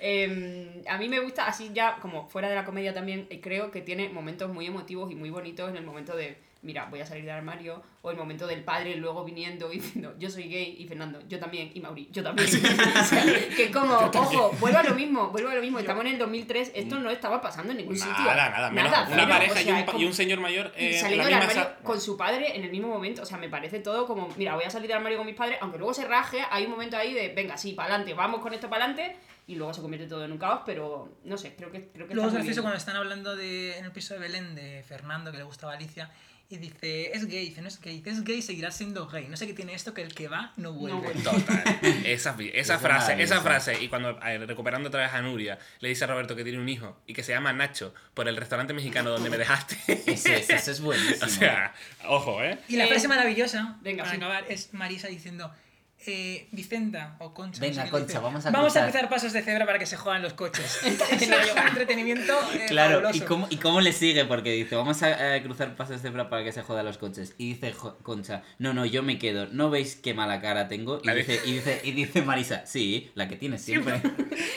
[SPEAKER 1] Eh, a mí me gusta, así ya como fuera de la comedia también, eh, creo que tiene momentos muy emotivos y muy bonitos en el momento de, mira, voy a salir del armario, o el momento del padre luego viniendo y diciendo, yo soy gay, y Fernando, yo también, y Mauri, yo también. O sea, que como, ojo, vuelvo a lo mismo, vuelvo a lo mismo, estamos en el 2003, esto no estaba pasando en ningún sitio.
[SPEAKER 3] Nada, nada, menos
[SPEAKER 1] cero,
[SPEAKER 3] una pareja
[SPEAKER 1] o
[SPEAKER 3] y,
[SPEAKER 1] sea,
[SPEAKER 3] un,
[SPEAKER 1] es
[SPEAKER 3] pa-
[SPEAKER 1] como-
[SPEAKER 3] y un señor mayor
[SPEAKER 1] y
[SPEAKER 3] eh, en
[SPEAKER 1] saliendo
[SPEAKER 3] la
[SPEAKER 1] del
[SPEAKER 3] misma
[SPEAKER 1] armario
[SPEAKER 3] sala.
[SPEAKER 1] con su padre en el mismo momento. O sea, me parece todo como, mira, voy a salir del armario con mis padres, aunque luego se raje, hay un momento ahí de, venga, sí, para adelante, vamos con esto para adelante, y luego se convierte todo en un caos, pero no sé, creo que... Creo que
[SPEAKER 2] Luego es
[SPEAKER 1] está muy
[SPEAKER 2] gracioso
[SPEAKER 1] bien.
[SPEAKER 2] cuando están hablando de, en el piso de Belén de Fernando, que le gustaba Alicia, y dice, es gay, dice, no es gay, dice, es gay, seguirá siendo gay. No sé qué tiene esto, que el que va no vuelve.
[SPEAKER 1] vuelve.
[SPEAKER 3] Total. Esa, fi- esa
[SPEAKER 4] Eso es
[SPEAKER 3] frase, esa
[SPEAKER 4] maravilloso.
[SPEAKER 3] frase. Y cuando, a ver, recuperando otra vez a Nuria, le dice a Roberto que tiene un hijo y que se llama Nacho por el restaurante mexicano donde me dejaste.
[SPEAKER 4] Eso es, eso es buenísimo.
[SPEAKER 3] o sea, ojo, ¿eh?
[SPEAKER 2] Y la
[SPEAKER 1] Eh,
[SPEAKER 2] frase maravillosa,
[SPEAKER 1] venga,
[SPEAKER 2] para
[SPEAKER 1] sí.
[SPEAKER 2] acabar, es Marisa diciendo, eh, Vicenta o Concha. no sé
[SPEAKER 4] Venga,
[SPEAKER 2] qué le
[SPEAKER 4] Concha,
[SPEAKER 2] dice,
[SPEAKER 4] vamos a
[SPEAKER 2] Vamos a
[SPEAKER 4] cruzar".
[SPEAKER 2] cruzar pasos de cebra para que se juegan los coches. es un entretenimiento eh,
[SPEAKER 4] Claro, ¿y
[SPEAKER 2] fabuloso.
[SPEAKER 4] cómo, ¿y cómo le sigue? Porque dice, vamos a eh, cruzar pasos de cebra para que se jodan los coches. Y dice Jo- Concha, no, no, yo me quedo. ¿No veis qué mala cara tengo? Y,
[SPEAKER 3] La de-
[SPEAKER 4] dice, y, dice, y dice Marisa, sí, la que tienes siempre.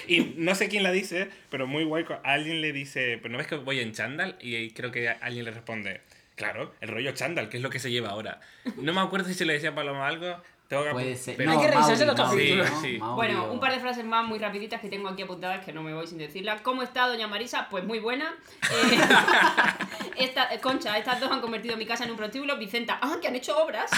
[SPEAKER 3] Y no sé quién la dice, pero muy guay. cu- Alguien le dice, pero ¿no ves que voy en chándal? Y ahí creo que a- alguien le responde, claro, el rollo chándal, que es lo que se lleva ahora. No me acuerdo si se le decía a Paloma algo. Tengo que...
[SPEAKER 4] Puede ser.
[SPEAKER 3] pero-
[SPEAKER 4] No,
[SPEAKER 2] Hay que revisarse
[SPEAKER 4] Mauri,
[SPEAKER 2] los
[SPEAKER 4] Mauri,
[SPEAKER 3] capítulos.
[SPEAKER 4] ¿no?
[SPEAKER 3] Sí, sí.
[SPEAKER 4] Mauri,
[SPEAKER 1] Bueno,
[SPEAKER 4] o-
[SPEAKER 1] un par de frases más muy rapiditas que tengo aquí apuntadas que no me voy sin decirlas. ¿Cómo está doña Marisa? Pues muy buena. Eh, esta, eh, Concha, estas dos han convertido mi casa en un prostíbulo. Vicenta, ah, que han hecho obras.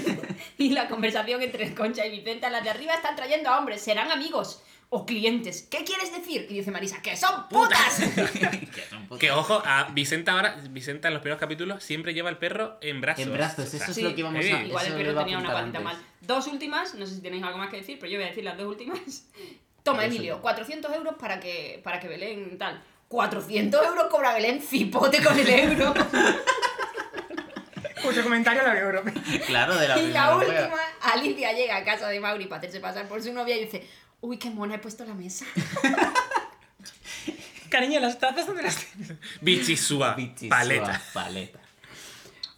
[SPEAKER 1] y la conversación entre Concha y Vicenta, las de arriba están trayendo a hombres, serán amigos o clientes. ¿Qué quieres decir? Y dice Marisa, que son putas.
[SPEAKER 3] Que ojo, a Vicenta ahora, Vicenta en los primeros capítulos siempre lleva el perro en brazos.
[SPEAKER 4] En
[SPEAKER 3] O
[SPEAKER 4] brazos,
[SPEAKER 3] sea,
[SPEAKER 4] eso es
[SPEAKER 1] Sí.
[SPEAKER 4] lo que íbamos
[SPEAKER 3] Eh.
[SPEAKER 4] a
[SPEAKER 1] Igual el
[SPEAKER 4] eso
[SPEAKER 1] perro
[SPEAKER 4] iba a
[SPEAKER 1] tenía una
[SPEAKER 4] apuntar
[SPEAKER 1] patita mal.
[SPEAKER 4] antes.
[SPEAKER 1] Dos últimas, no sé si tenéis algo más que decir, pero yo voy a decir las dos últimas. Toma,
[SPEAKER 4] Yo soy
[SPEAKER 1] Emilio,
[SPEAKER 4] yo.
[SPEAKER 1] 400 euros para que, para que Belén tal. 400 euros cobra Belén, cipote con el euro.
[SPEAKER 2] Otro Pues comentario a la de Euro.
[SPEAKER 4] Claro, de la
[SPEAKER 1] y la
[SPEAKER 4] Unión Europea.
[SPEAKER 1] última, Alicia llega a casa de Mauri para hacerse pasar por su novia y dice, uy, qué mona he puesto la mesa.
[SPEAKER 2] Cariño, las tazas donde las tienes.
[SPEAKER 3] Bichisua,
[SPEAKER 4] Bichisua,
[SPEAKER 3] paleta.
[SPEAKER 4] paleta.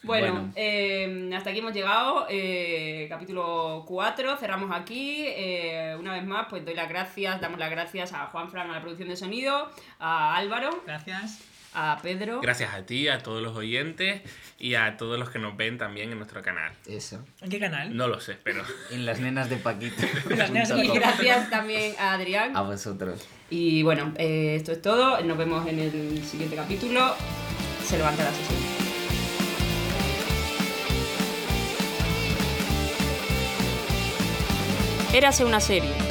[SPEAKER 1] Bueno,
[SPEAKER 4] Bueno.
[SPEAKER 1] eh, hasta aquí hemos llegado. eh, capítulo 4, cerramos aquí. eh, una vez más, pues doy las gracias, damos las gracias a Juan Fran a la producción de sonido, a Álvaro.
[SPEAKER 2] Gracias.
[SPEAKER 1] a Pedro.
[SPEAKER 3] Gracias a ti, a todos los oyentes y a todos los que nos ven también en nuestro canal.
[SPEAKER 4] Eso.
[SPEAKER 2] ¿En qué canal?
[SPEAKER 3] No lo sé, pero
[SPEAKER 4] En las nenas de Paquito.
[SPEAKER 2] Las nenas de
[SPEAKER 1] Y
[SPEAKER 2] Paquito.
[SPEAKER 1] gracias también a Adrián.
[SPEAKER 4] A vosotros.
[SPEAKER 1] Y bueno, eh, esto es todo. Nos vemos en el siguiente capítulo. Se levanta la sesión. Érase una serie.